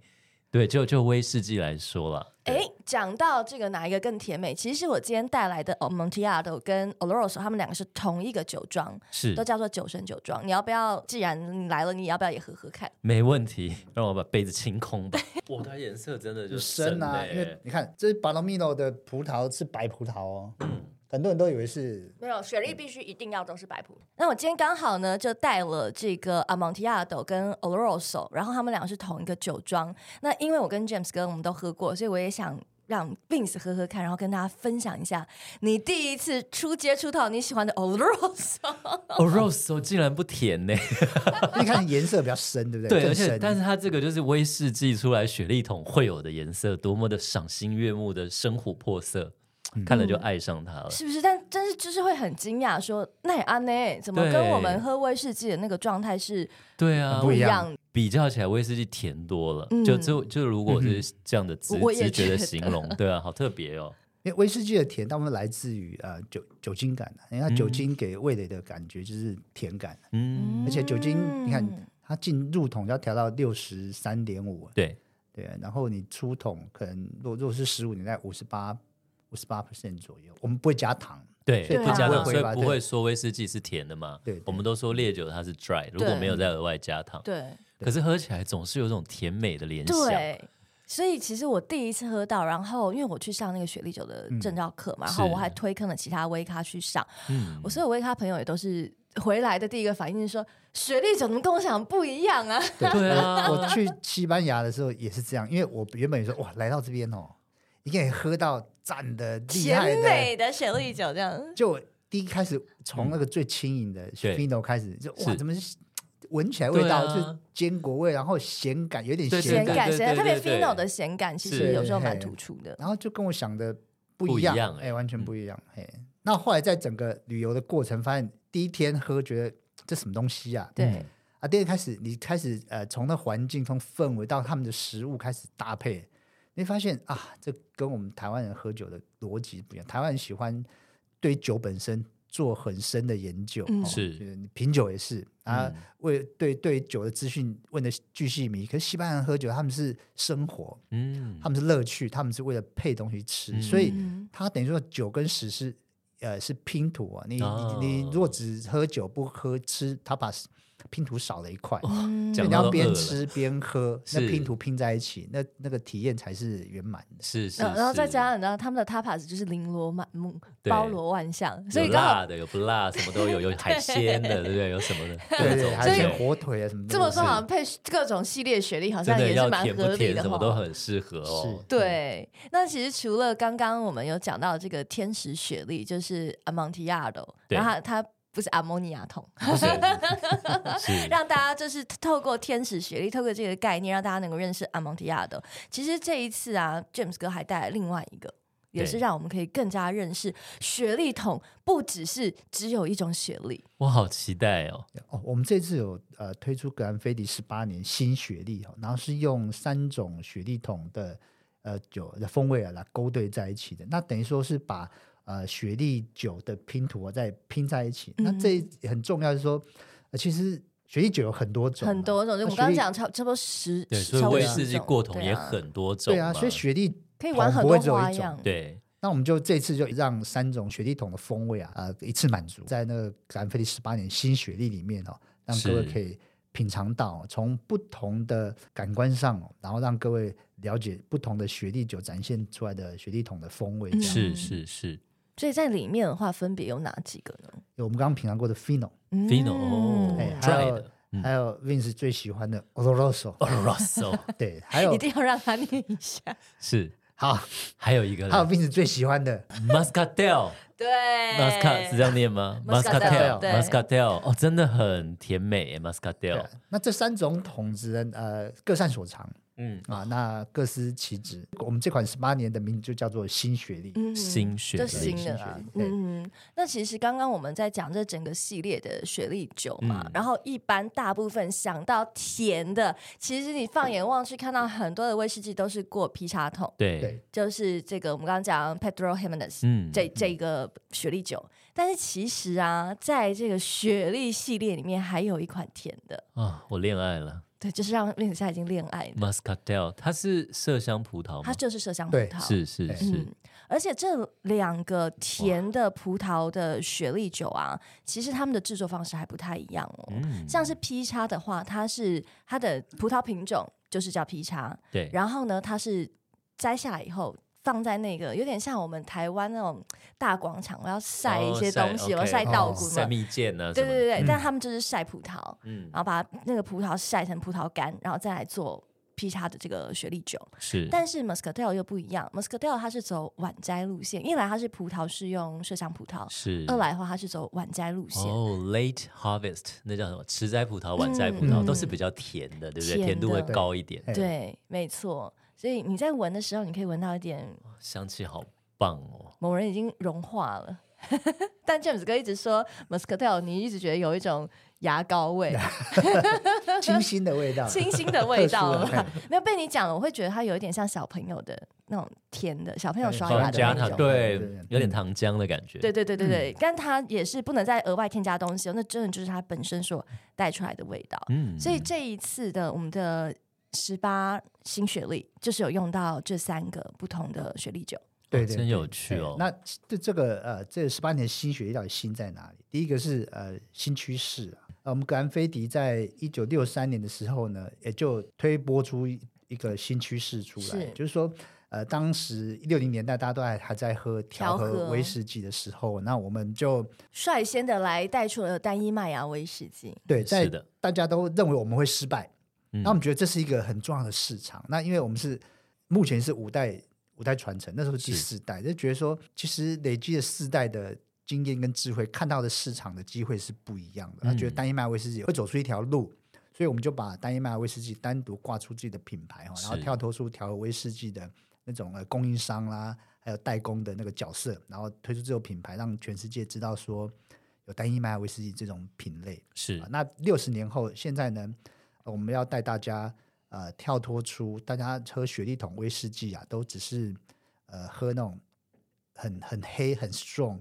[SPEAKER 2] 对，就就威士忌来说啦，对
[SPEAKER 1] 哎，讲到这个哪一个更甜美？其实我今天带来的 Amontillado 跟 Oloroso，他们两个是同一个酒庄，
[SPEAKER 2] 是
[SPEAKER 1] 都叫做酒神酒庄。你要不要？既然你来了，你要不要也喝喝看？
[SPEAKER 2] 没问题，让我把杯子清空吧。哇，它颜色真的就
[SPEAKER 3] 就深啊，
[SPEAKER 2] 嘞
[SPEAKER 3] 因为你看，这是 Palomino 的葡萄是白葡萄哦，
[SPEAKER 2] 嗯
[SPEAKER 3] 很多人都以为是
[SPEAKER 1] 没有，雪莉必须一定要都是白葡。那我今天刚好呢，就带了这个 Amontillado 跟 Oloroso，然后他们两个是同一个酒庄。那因为我跟 James 哥我们都喝过，所以我也想。让 Vince 喝喝看，然后跟大家分享一下你第一次初接触到你喜欢的 Oloroso。
[SPEAKER 2] Oloroso 竟然不甜呢、
[SPEAKER 3] 因为看颜色比较深，对不
[SPEAKER 2] 对，
[SPEAKER 3] 对？更
[SPEAKER 2] 而
[SPEAKER 3] 深
[SPEAKER 2] 且但是它这个就是威士忌出来雪莉桶会有的颜色，多么的赏心悦目的深琥珀色，看了就爱上它了。
[SPEAKER 1] 是不是？但但是就是会很惊讶，说那也安呢？怎么
[SPEAKER 2] 对
[SPEAKER 1] 跟我们喝威士忌的那个状态是
[SPEAKER 2] 对啊，
[SPEAKER 3] 不一样
[SPEAKER 1] 的？
[SPEAKER 2] 比较起来威士忌甜多了。
[SPEAKER 1] 嗯
[SPEAKER 2] 就就就如果是这样的直
[SPEAKER 1] 我也
[SPEAKER 2] 直觉
[SPEAKER 1] 觉
[SPEAKER 2] 的
[SPEAKER 1] 得
[SPEAKER 2] 形容，对啊，好特别哦。
[SPEAKER 3] 因为威士忌的甜大部分来自于呃酒酒精感啊，因为它酒精给味蕾的感觉就是甜感，
[SPEAKER 2] 嗯，
[SPEAKER 3] 而且酒精
[SPEAKER 1] 嗯
[SPEAKER 3] 你看它进入桶要调到六十三点五，啊
[SPEAKER 2] 对，
[SPEAKER 3] 对，然后你出桶可能如果如果是十五年代五十八五十八 percent 左右，我们不会加糖，
[SPEAKER 2] 对，
[SPEAKER 3] 所以
[SPEAKER 2] 不
[SPEAKER 1] 它
[SPEAKER 2] 加
[SPEAKER 1] 不会
[SPEAKER 2] 糖，所
[SPEAKER 3] 挥发
[SPEAKER 2] 以不
[SPEAKER 3] 对
[SPEAKER 2] 会说威士忌是甜的嘛。
[SPEAKER 3] 对对
[SPEAKER 2] 我们都说烈酒它是 dry，如果
[SPEAKER 1] 对
[SPEAKER 2] 没有再额外加糖，
[SPEAKER 1] 对
[SPEAKER 2] 可是喝起来总是有一种甜美的联想。
[SPEAKER 1] 对。所以其实我第一次喝到，然后因为我去上那个雪莉酒的证照课
[SPEAKER 3] 嗯
[SPEAKER 1] 嘛，然后
[SPEAKER 2] 是
[SPEAKER 1] 我还推坑了其他微咖去上，
[SPEAKER 2] 嗯
[SPEAKER 1] 我所有微咖朋友也都是回来的第一个反应是说，雪莉酒怎么跟我想的不一样啊？
[SPEAKER 2] 对啊
[SPEAKER 3] 我我去西班牙的时候也是这样，因为我原本也说哇，来到这边哦，你可以喝到赞的厉害
[SPEAKER 1] 甜
[SPEAKER 3] 的，
[SPEAKER 1] 美的雪莉酒这样，
[SPEAKER 3] 就我第一开始从那个最轻盈的 f
[SPEAKER 2] 嗯对
[SPEAKER 3] i n o 开始，就哇，
[SPEAKER 2] 是
[SPEAKER 3] 怎么是闻起来味道、
[SPEAKER 2] 对啊
[SPEAKER 3] 就是坚果味，然后咸感有点
[SPEAKER 2] 对
[SPEAKER 1] 咸
[SPEAKER 3] 咸感，
[SPEAKER 1] 感
[SPEAKER 2] 对对
[SPEAKER 1] 咸感，特别
[SPEAKER 2] 对对
[SPEAKER 1] fino 的咸感，其实
[SPEAKER 2] 是
[SPEAKER 1] 有时候
[SPEAKER 3] 嘿
[SPEAKER 1] 蛮突出的。
[SPEAKER 3] 然后就跟我想的
[SPEAKER 2] 不
[SPEAKER 3] 不
[SPEAKER 2] 一
[SPEAKER 3] 一样，
[SPEAKER 2] 样
[SPEAKER 3] 哎、
[SPEAKER 2] 哎
[SPEAKER 3] 完全不一样，嘿。那后来在整个旅游的过程，发现第一天喝觉得这什么东西啊？
[SPEAKER 1] 对，
[SPEAKER 3] 啊，第二开始你开始呃，从那环境、从氛围到他们的食物开始搭配，你会发现啊，这跟我们台湾人喝酒的逻辑不一样。台湾人喜欢对酒本身做很深的研究，
[SPEAKER 1] 嗯
[SPEAKER 3] 哦
[SPEAKER 2] 是
[SPEAKER 3] 就是你品酒也是啊，为对对酒的资讯问的巨细靡遗。可是西班牙人喝酒，他们是生活，
[SPEAKER 2] 嗯
[SPEAKER 3] 他们是乐趣，他们是为了配东西吃，所以
[SPEAKER 1] 嗯
[SPEAKER 3] 它等于说酒跟食是呃是拼图啊。你、
[SPEAKER 2] 哦
[SPEAKER 3] 你你如果只喝酒不喝吃，它把拼图少了一块。
[SPEAKER 1] 嗯
[SPEAKER 3] 所
[SPEAKER 2] 讲
[SPEAKER 3] 以你
[SPEAKER 2] 到
[SPEAKER 3] 要
[SPEAKER 2] 都饿
[SPEAKER 3] 边
[SPEAKER 2] 了
[SPEAKER 3] 吃边喝，那
[SPEAKER 2] 是
[SPEAKER 3] 拼图拼在一起，那那个体验才是圆满的。
[SPEAKER 2] 是是，
[SPEAKER 1] 然后然后再
[SPEAKER 2] 是
[SPEAKER 1] 加上，你知道他们的 tapas 就是绫罗满目，
[SPEAKER 2] 对
[SPEAKER 1] 包罗万象，所
[SPEAKER 2] 有
[SPEAKER 1] 以刚好
[SPEAKER 2] 辣的，有不辣，什么都有，有 海鲜的，对不对？有什么的，
[SPEAKER 3] 对
[SPEAKER 2] 各
[SPEAKER 3] 对，
[SPEAKER 2] 种
[SPEAKER 3] 还有一些
[SPEAKER 2] 对
[SPEAKER 3] 火腿啊什么的。
[SPEAKER 1] 这么说好像配各种系列学历好
[SPEAKER 2] 真
[SPEAKER 1] 像
[SPEAKER 2] 的
[SPEAKER 1] 也是
[SPEAKER 2] 要
[SPEAKER 1] 蛮
[SPEAKER 2] 甜
[SPEAKER 1] 合
[SPEAKER 2] 不
[SPEAKER 1] 理
[SPEAKER 2] 甜，
[SPEAKER 1] 的
[SPEAKER 2] 什么
[SPEAKER 1] 哈。
[SPEAKER 2] 都很适合哦。
[SPEAKER 1] 对，那其实除了刚刚我们有讲到这个天使雪莉，就是阿蒙提亚的，
[SPEAKER 2] 对
[SPEAKER 1] 然后它它不是阿莫尼亚桶，
[SPEAKER 3] 嗯
[SPEAKER 2] 是是
[SPEAKER 1] 让大家就是透过天使学历，透过这个概念，让大家能够认识阿蒙提亚的。其实这一次啊，James 哥还带来另外一个，也是
[SPEAKER 2] 对
[SPEAKER 1] 让我们可以更加认识雪莉桶，不只是只有一种雪莉。
[SPEAKER 2] 我好期待哦。
[SPEAKER 3] 哦，我们这次有呃推出格兰菲迪十八年新雪莉哦，然后是用三种雪莉桶的呃酒的风味啊来勾兑在一起的。那等于说是把呃雪莉酒的拼图啊再拼在一起。那这
[SPEAKER 1] 嗯
[SPEAKER 3] 一很重要，是说、呃其实雪莉酒有很多
[SPEAKER 2] 啊
[SPEAKER 3] 种嘛，
[SPEAKER 1] 很多种，就我
[SPEAKER 3] 那
[SPEAKER 1] 们刚
[SPEAKER 3] 雪
[SPEAKER 1] 刚
[SPEAKER 3] 莉
[SPEAKER 1] 讲差差不多十，
[SPEAKER 2] 哦对，
[SPEAKER 1] 十
[SPEAKER 2] 所以
[SPEAKER 1] 超过
[SPEAKER 2] 威
[SPEAKER 1] 十
[SPEAKER 2] 士忌
[SPEAKER 1] 种
[SPEAKER 2] 过桶
[SPEAKER 1] 对
[SPEAKER 2] 也
[SPEAKER 1] 啊
[SPEAKER 2] 很多种
[SPEAKER 3] 对
[SPEAKER 2] 嘛，
[SPEAKER 3] 啊，所以雪莉
[SPEAKER 1] 可以玩很
[SPEAKER 3] 桶不
[SPEAKER 1] 多
[SPEAKER 3] 会只有一
[SPEAKER 1] 花
[SPEAKER 3] 种
[SPEAKER 1] 样。
[SPEAKER 2] 对
[SPEAKER 3] 那我们就这次就让三种雪莉桶的风味啊，呃，一次满足，在那个格兰菲迪十八年新雪莉里面哦，让各位
[SPEAKER 2] 是
[SPEAKER 3] 可以品尝到哦、从不同的感官上、哦，然后让各位了解不同的雪莉酒展现出来的雪莉桶的风味。
[SPEAKER 1] 嗯
[SPEAKER 3] 这样
[SPEAKER 2] 是是是
[SPEAKER 1] 所以在里面的话，分别有哪几个呢
[SPEAKER 3] 有我们刚刚品尝过的 Fino，、
[SPEAKER 2] ，Fino 哦
[SPEAKER 3] 哎
[SPEAKER 1] 嗯
[SPEAKER 2] ，dry
[SPEAKER 3] 还有
[SPEAKER 2] 的嗯
[SPEAKER 3] 还有 Vince 最喜欢的 Oloroso，、
[SPEAKER 2] Rosso
[SPEAKER 3] 对，还有
[SPEAKER 1] 一定要让他念一下。
[SPEAKER 2] 是
[SPEAKER 3] 好，
[SPEAKER 2] 还有一个
[SPEAKER 3] 还有 Vince 最喜欢的
[SPEAKER 2] Muscatel。
[SPEAKER 1] 对
[SPEAKER 2] Muscat 是这样念吗
[SPEAKER 1] 哎 Muscatel，对
[SPEAKER 2] Muscatel，Muscatel 哦，真的很甜美耶，Muscatel
[SPEAKER 3] 对。啊那这三种桶子呢，呃，各擅所长
[SPEAKER 2] 嗯，
[SPEAKER 3] 啊，那各司其职。我们这款十八年的名字就叫做新学历。
[SPEAKER 1] 嗯
[SPEAKER 2] 新雪
[SPEAKER 1] 就
[SPEAKER 2] 梨
[SPEAKER 1] 新的啦
[SPEAKER 3] 新雪。梨对
[SPEAKER 1] 嗯，那其实刚刚我们在讲这整个系列的雪莉酒嘛，
[SPEAKER 2] 嗯
[SPEAKER 1] 然后一般大部分想到甜的，其实你放眼望去看到很多的威士忌都是过劈叉桶，
[SPEAKER 2] 对
[SPEAKER 3] 对，
[SPEAKER 1] 就是这个我们刚刚讲 Pedro Jimenez、
[SPEAKER 2] 嗯，
[SPEAKER 1] 这这个雪莉酒，但是其实啊，在这个雪莉系列里面还有一款甜的，
[SPEAKER 2] 啊，我恋爱了
[SPEAKER 1] 对，就是让令子夏已经恋爱
[SPEAKER 2] 嗯
[SPEAKER 1] 了，
[SPEAKER 2] Muscatel，它是麝香葡萄
[SPEAKER 1] 它
[SPEAKER 2] 吗？
[SPEAKER 1] 就是麝香葡
[SPEAKER 3] 对
[SPEAKER 1] 萄，
[SPEAKER 2] 是是
[SPEAKER 3] 对
[SPEAKER 2] 是，
[SPEAKER 1] 嗯，而且这两个甜的葡萄的雪莉酒啊，其实他们的制作方式还不太一样哦。
[SPEAKER 2] 嗯，
[SPEAKER 1] 像是 P 叉的话，它是它的葡萄品种就是叫 P 叉，
[SPEAKER 2] 对，
[SPEAKER 1] 然后呢，它是摘下来以后。放在那个有点像我们台湾那种大广场，我要晒一
[SPEAKER 2] 哦
[SPEAKER 1] 些东西，
[SPEAKER 2] ，OK
[SPEAKER 1] 我要晒
[SPEAKER 3] 哦
[SPEAKER 1] 稻
[SPEAKER 3] 谷
[SPEAKER 1] 谷
[SPEAKER 2] 晒
[SPEAKER 1] 嘛。
[SPEAKER 2] 蜜饯啊呢，
[SPEAKER 1] 对对哦对，对
[SPEAKER 3] 嗯
[SPEAKER 1] 但他们就是晒葡萄，
[SPEAKER 2] 嗯
[SPEAKER 1] 然，后把那个葡萄晒成葡萄干，然后再来做 P 叉的这个雪莉酒。
[SPEAKER 2] 是，
[SPEAKER 1] 但是 Muscatel 又不一样，Muscatel 它是走晚摘路线，一来它是葡萄是用麝香葡萄，
[SPEAKER 2] 是
[SPEAKER 1] 二来的话它是走晚摘路线。
[SPEAKER 2] 哦，late harvest 那叫什么？迟摘葡萄、晚摘葡萄
[SPEAKER 1] 嗯
[SPEAKER 2] 都是比较甜的，对不对？
[SPEAKER 1] 甜
[SPEAKER 2] 甜度会
[SPEAKER 1] 的
[SPEAKER 2] 高一点，
[SPEAKER 3] 哎
[SPEAKER 1] 对，没错。所以你在闻的时候，你可以闻到一点
[SPEAKER 2] 香气好棒哦。
[SPEAKER 1] 某人已经融化了。 但 James 哥一直说 Muscatel，你一直觉得有一种牙膏味、
[SPEAKER 3] 清新的味道，
[SPEAKER 1] 清新的味道啊
[SPEAKER 3] 特殊
[SPEAKER 2] 哦
[SPEAKER 3] 的哎
[SPEAKER 1] 了。没有被你讲了，我会觉得它有一点像小朋友的那种甜的，小朋友刷
[SPEAKER 3] 哎
[SPEAKER 1] 牙
[SPEAKER 2] 糖
[SPEAKER 1] 的
[SPEAKER 2] 加
[SPEAKER 1] 那
[SPEAKER 3] 糖
[SPEAKER 1] 种。
[SPEAKER 2] 对
[SPEAKER 3] 对嗯对，
[SPEAKER 2] 有点糖浆的感觉。
[SPEAKER 1] 对对对对对，但它也是不能再额外添加东西哦，那真的就是它本身所带出来的味道。
[SPEAKER 2] 嗯，
[SPEAKER 1] 所以这一次的我们的十八新雪莉，就是有用到这三个不同的雪莉酒。
[SPEAKER 3] 对
[SPEAKER 2] 哦
[SPEAKER 3] 对
[SPEAKER 2] 真
[SPEAKER 3] 对
[SPEAKER 2] 有趣
[SPEAKER 3] 对
[SPEAKER 2] 哦。
[SPEAKER 3] 那这这个呃，这十八年新学历到底新在哪里？第一个是呃新趋势啊，呃我们格兰菲迪在一九六三年的时候呢，也就推播出一一个新趋势出来，
[SPEAKER 1] 是
[SPEAKER 3] 就是说。呃，当时六零年代大家都还还在喝
[SPEAKER 1] 调
[SPEAKER 3] 调和
[SPEAKER 1] 和
[SPEAKER 3] 威士忌的时候，那我们就
[SPEAKER 1] 率先的来带出了单一麦芽威士忌，
[SPEAKER 3] 对在
[SPEAKER 2] 是的
[SPEAKER 3] 大家都认为我们会失败，
[SPEAKER 2] 嗯
[SPEAKER 3] 那我们觉得这是一个很重要的市场。那因为我们是目前是五代五代传承，那时候是第
[SPEAKER 2] 是
[SPEAKER 3] 四代，就觉得说其实累积了四代的经验跟智慧，看到的市场的机会是不一样的。他觉得
[SPEAKER 2] 嗯
[SPEAKER 3] 单一麦威士忌会走出一条路，所以我们就把单一麦威士忌单独挂出自己的品牌哦，然后
[SPEAKER 2] 是
[SPEAKER 3] 跳脱出调和威士忌的那种呃供应商啦，还有代工的那个角色，然后推出这种品牌，让全世界知道说有单一麦威士忌这种品类。
[SPEAKER 2] 是
[SPEAKER 3] 啊，那六十年后，现在呢，呃我们要带大家呃跳脱出大家喝雪莉桶威士忌啊，都只是呃喝那种很很黑很 strong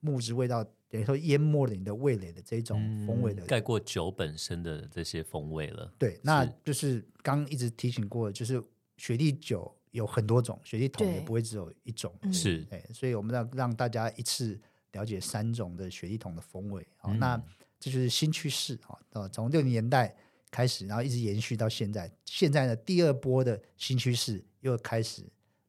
[SPEAKER 3] 木质味道，等于说淹没了你的味蕾的这种风味的。
[SPEAKER 2] 嗯盖过酒本身的这些风味了。
[SPEAKER 3] 对，那
[SPEAKER 2] 是
[SPEAKER 3] 就是刚一直提醒过的，就是雪莉酒有很多种，雪莉桶也
[SPEAKER 1] 对
[SPEAKER 3] 不会只有一种。
[SPEAKER 1] 嗯
[SPEAKER 2] 是
[SPEAKER 3] 哎，所以我们要让大家一次了解三种的雪莉桶的风味。好、
[SPEAKER 2] 嗯
[SPEAKER 3] 那这就是新趋势啊，哦从六零年代开始，然后一直延续到现在。现在呢，第二波的新趋势又开始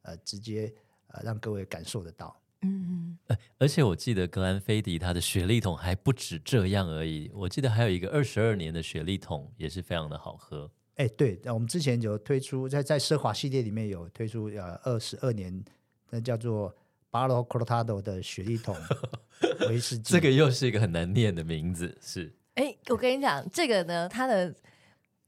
[SPEAKER 3] 呃，直接呃让各位感受得到。
[SPEAKER 1] 嗯，
[SPEAKER 2] 而且我记得格兰菲迪它的雪莉桶还不止这样而已，我记得还有一个二十二年的雪莉桶也是非常的好喝。
[SPEAKER 3] 哎，对，那我们之前有推出在在奢华系列里面有推出呃二十二年，那叫做巴罗 r o t a d o 的雪 莉桶威士忌。
[SPEAKER 2] 这个又是一个很难念的名字，是
[SPEAKER 1] 哎，我跟你讲，这个呢，它的。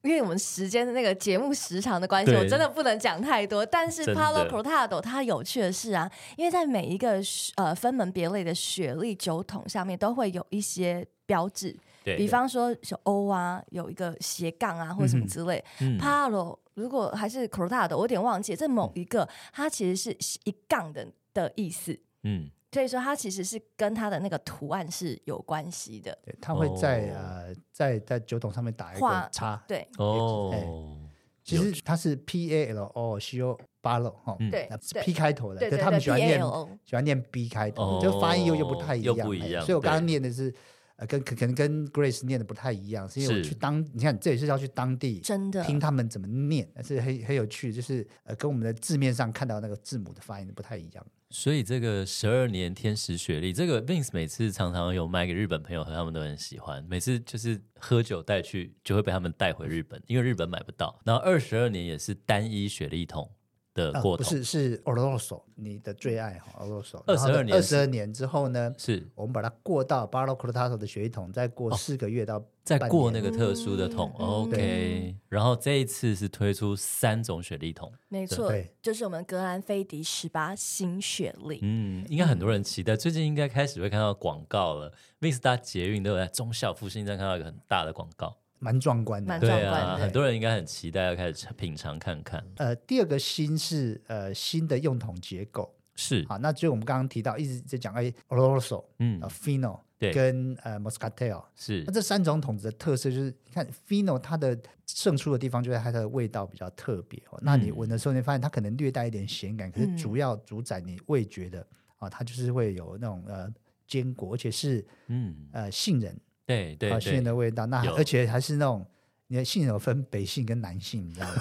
[SPEAKER 1] 因为我们时间的那个节目时长的关系，
[SPEAKER 2] 对
[SPEAKER 1] 我真的不能讲太多。但是
[SPEAKER 2] 真的
[SPEAKER 1] Palo Cortado 它有趣的是啊，因为在每一个呃分门别类的雪莉酒桶上面都会有一些标志，
[SPEAKER 2] 对，
[SPEAKER 1] 比方说有 O 啊，有一个斜杠啊，或者什么之类。
[SPEAKER 2] 嗯
[SPEAKER 1] Palo 如果还是 Cortado，我有点忘记这某一个，它其实是一杠的的意思。
[SPEAKER 2] 嗯，
[SPEAKER 1] 所以说，它其实是跟它的那个图案是有关系的。
[SPEAKER 3] 对，它会在、
[SPEAKER 2] 哦
[SPEAKER 3] 呃在在酒桶上面打一
[SPEAKER 1] 画
[SPEAKER 3] 个叉，
[SPEAKER 1] 对，
[SPEAKER 3] 哎
[SPEAKER 2] 哦，
[SPEAKER 3] 其实它是 P A L O C O 八楼哈，
[SPEAKER 2] 嗯
[SPEAKER 1] 对
[SPEAKER 3] 那
[SPEAKER 1] 对
[SPEAKER 3] P 开头的，
[SPEAKER 1] 对
[SPEAKER 3] 可
[SPEAKER 1] 对
[SPEAKER 3] 他们
[SPEAKER 1] 对
[SPEAKER 3] 喜欢念
[SPEAKER 1] PALO
[SPEAKER 3] 喜欢念 B 开头，
[SPEAKER 2] 哦
[SPEAKER 3] 就发音又又不太一样，
[SPEAKER 2] 又不一
[SPEAKER 3] 哎
[SPEAKER 2] 样
[SPEAKER 3] 所以我刚刚
[SPEAKER 2] 对
[SPEAKER 3] 念的是呃跟可可能跟 Grace 念的不太一样，是因为我
[SPEAKER 2] 是
[SPEAKER 3] 去当你看这也是要去当地
[SPEAKER 1] 真的
[SPEAKER 3] 听他们怎么念，但是很很有趣，就是呃跟我们的字面上看到那个字母的发音不太一样。
[SPEAKER 2] 所以这个十二年天使雪莉，这个 Vince 每次常常有卖给日本朋友喝，他们都很喜欢。每次就是喝酒带去，就会被他们带回日本，因为日本买不到。然后二十二年也是单一雪莉桶，的
[SPEAKER 3] 啊
[SPEAKER 2] 呃过
[SPEAKER 3] 不
[SPEAKER 2] 桶，
[SPEAKER 3] 是是 Oloroso，你的最爱哈 Oloroso。
[SPEAKER 2] 22年
[SPEAKER 3] 二十二年之后呢，
[SPEAKER 2] 是
[SPEAKER 3] 我们把它过到 Barro Cortato 的血液桶，再过四个月到
[SPEAKER 2] 在
[SPEAKER 3] 半
[SPEAKER 2] 哦过那
[SPEAKER 3] 年
[SPEAKER 2] 个特殊的桶、
[SPEAKER 1] 嗯
[SPEAKER 2] o
[SPEAKER 1] 嗯
[SPEAKER 2] k 然后这一次是推出三种雪莉桶，
[SPEAKER 1] 没错
[SPEAKER 3] 对，
[SPEAKER 1] 就是我们格兰菲迪十八新雪莉。
[SPEAKER 2] 嗯，应该很多人期待，最近应该开始会看到广告了。Mix 搭捷运都有在忠孝复兴站看到一个很大的广告，
[SPEAKER 3] 蛮壮观的
[SPEAKER 1] 蛮。
[SPEAKER 2] 对
[SPEAKER 1] 壮观
[SPEAKER 2] 啊，
[SPEAKER 1] 的
[SPEAKER 2] 很多人应该很期待要开始品尝看看。
[SPEAKER 3] 呃，第二个新是呃新的用桶结构，
[SPEAKER 2] 是，
[SPEAKER 3] 好，那就我们刚刚提到一直在讲哎 Oloroso、
[SPEAKER 2] 嗯
[SPEAKER 3] 呃，Fino
[SPEAKER 2] 对
[SPEAKER 3] 跟呃 Moscatel，
[SPEAKER 1] 嗯
[SPEAKER 2] 是
[SPEAKER 3] 那，这三种桶子的特色就是，你看 Fino 它的胜出的地方就是它的味道比较特别哦。那你闻的时候，你发现它可能略带一点咸感，可是
[SPEAKER 1] 嗯
[SPEAKER 3] 主要主宰你味觉的啊、它就是会有那种呃坚果，而且是
[SPEAKER 2] 嗯，
[SPEAKER 3] 呃杏仁
[SPEAKER 2] 对对
[SPEAKER 3] 啊杏仁
[SPEAKER 2] 对，
[SPEAKER 3] 的味道。那
[SPEAKER 2] 有
[SPEAKER 3] 而且还是那种，你的杏仁有分北杏跟南杏，你知 道吗？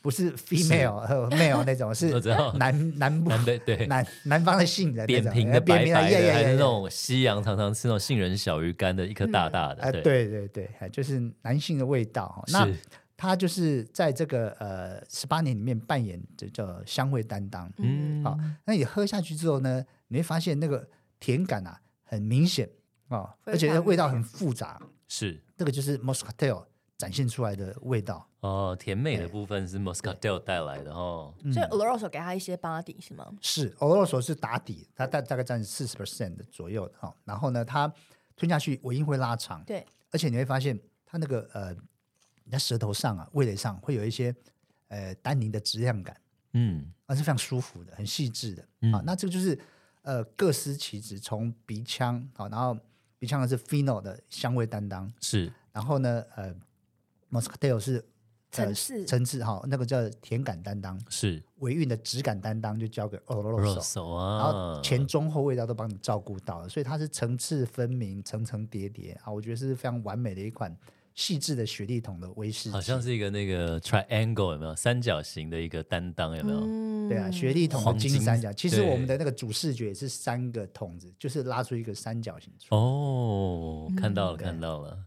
[SPEAKER 3] 不是 female 和 male 那种，是
[SPEAKER 2] 我知道
[SPEAKER 3] 南南部
[SPEAKER 2] 南北 对。
[SPEAKER 3] 南南方的杏仁那
[SPEAKER 2] 扁
[SPEAKER 3] 种，
[SPEAKER 2] 平
[SPEAKER 3] 哎
[SPEAKER 2] 的、白白
[SPEAKER 3] 呀呀
[SPEAKER 2] 的，
[SPEAKER 3] 呀
[SPEAKER 2] 还是
[SPEAKER 3] 呀
[SPEAKER 2] 那种西洋常常吃那种杏仁小鱼干的一颗大大
[SPEAKER 3] 哎，
[SPEAKER 2] 的，对，
[SPEAKER 3] 对对对，哎就是男性的味道哦。那
[SPEAKER 2] 是，
[SPEAKER 3] 他就是在这个呃十八年里面扮演这叫香味担当。
[SPEAKER 2] 嗯，
[SPEAKER 3] 好那你喝下去之后呢，你会发现那个甜感啊很明显哦，
[SPEAKER 1] 非
[SPEAKER 3] 而且那
[SPEAKER 1] 常
[SPEAKER 3] 味道
[SPEAKER 1] 明
[SPEAKER 3] 很复杂。
[SPEAKER 2] 是，
[SPEAKER 3] 这个就是 Moscatel 展现出来的味道。
[SPEAKER 2] 哦，甜美的部分是 Moscatel 带来的哦，
[SPEAKER 3] 嗯
[SPEAKER 1] 所以 Oloroso 给他一些 body 是吗？
[SPEAKER 3] 是 Oloroso 是打底，它大大概占四十 percent 左右哈、哦。然后呢，它吞下去尾音会拉长，
[SPEAKER 1] 对，
[SPEAKER 3] 而且你会发现它那个呃，你在舌头上啊、味蕾上会有一些呃单宁的质量感。
[SPEAKER 2] 嗯，
[SPEAKER 3] 而是非常舒服的，很细致的、啊
[SPEAKER 2] 嗯。
[SPEAKER 3] 那这个就是呃各司其职，从鼻腔好，然后鼻腔的是 fino 的香味担当，
[SPEAKER 2] 是，
[SPEAKER 3] 然后呢呃 moscatel 是呃
[SPEAKER 1] 层次
[SPEAKER 3] 层次好，那个叫甜感担当，
[SPEAKER 2] 是
[SPEAKER 3] 尾韵的质感担当就交给 oloroso。
[SPEAKER 2] Rosso
[SPEAKER 3] 然后
[SPEAKER 2] 啊，
[SPEAKER 3] 前中后味道都帮你照顾到了，所以它是层次分明、层层叠叠啊，我觉得是非常完美的一款细致的雪莉桶的威士忌。
[SPEAKER 2] 好像是一个那个 triangle 有没有三角形的一个担当有没有？
[SPEAKER 1] 嗯
[SPEAKER 3] 对啊，雪莉桶的
[SPEAKER 2] 黄
[SPEAKER 3] 金
[SPEAKER 2] 金
[SPEAKER 3] 三角，其实
[SPEAKER 2] 对
[SPEAKER 3] 我们的那个主视觉也是三个筒子，就是拉出一个三角形出来。
[SPEAKER 2] 哦，看到了，
[SPEAKER 3] 嗯对
[SPEAKER 2] 看到了，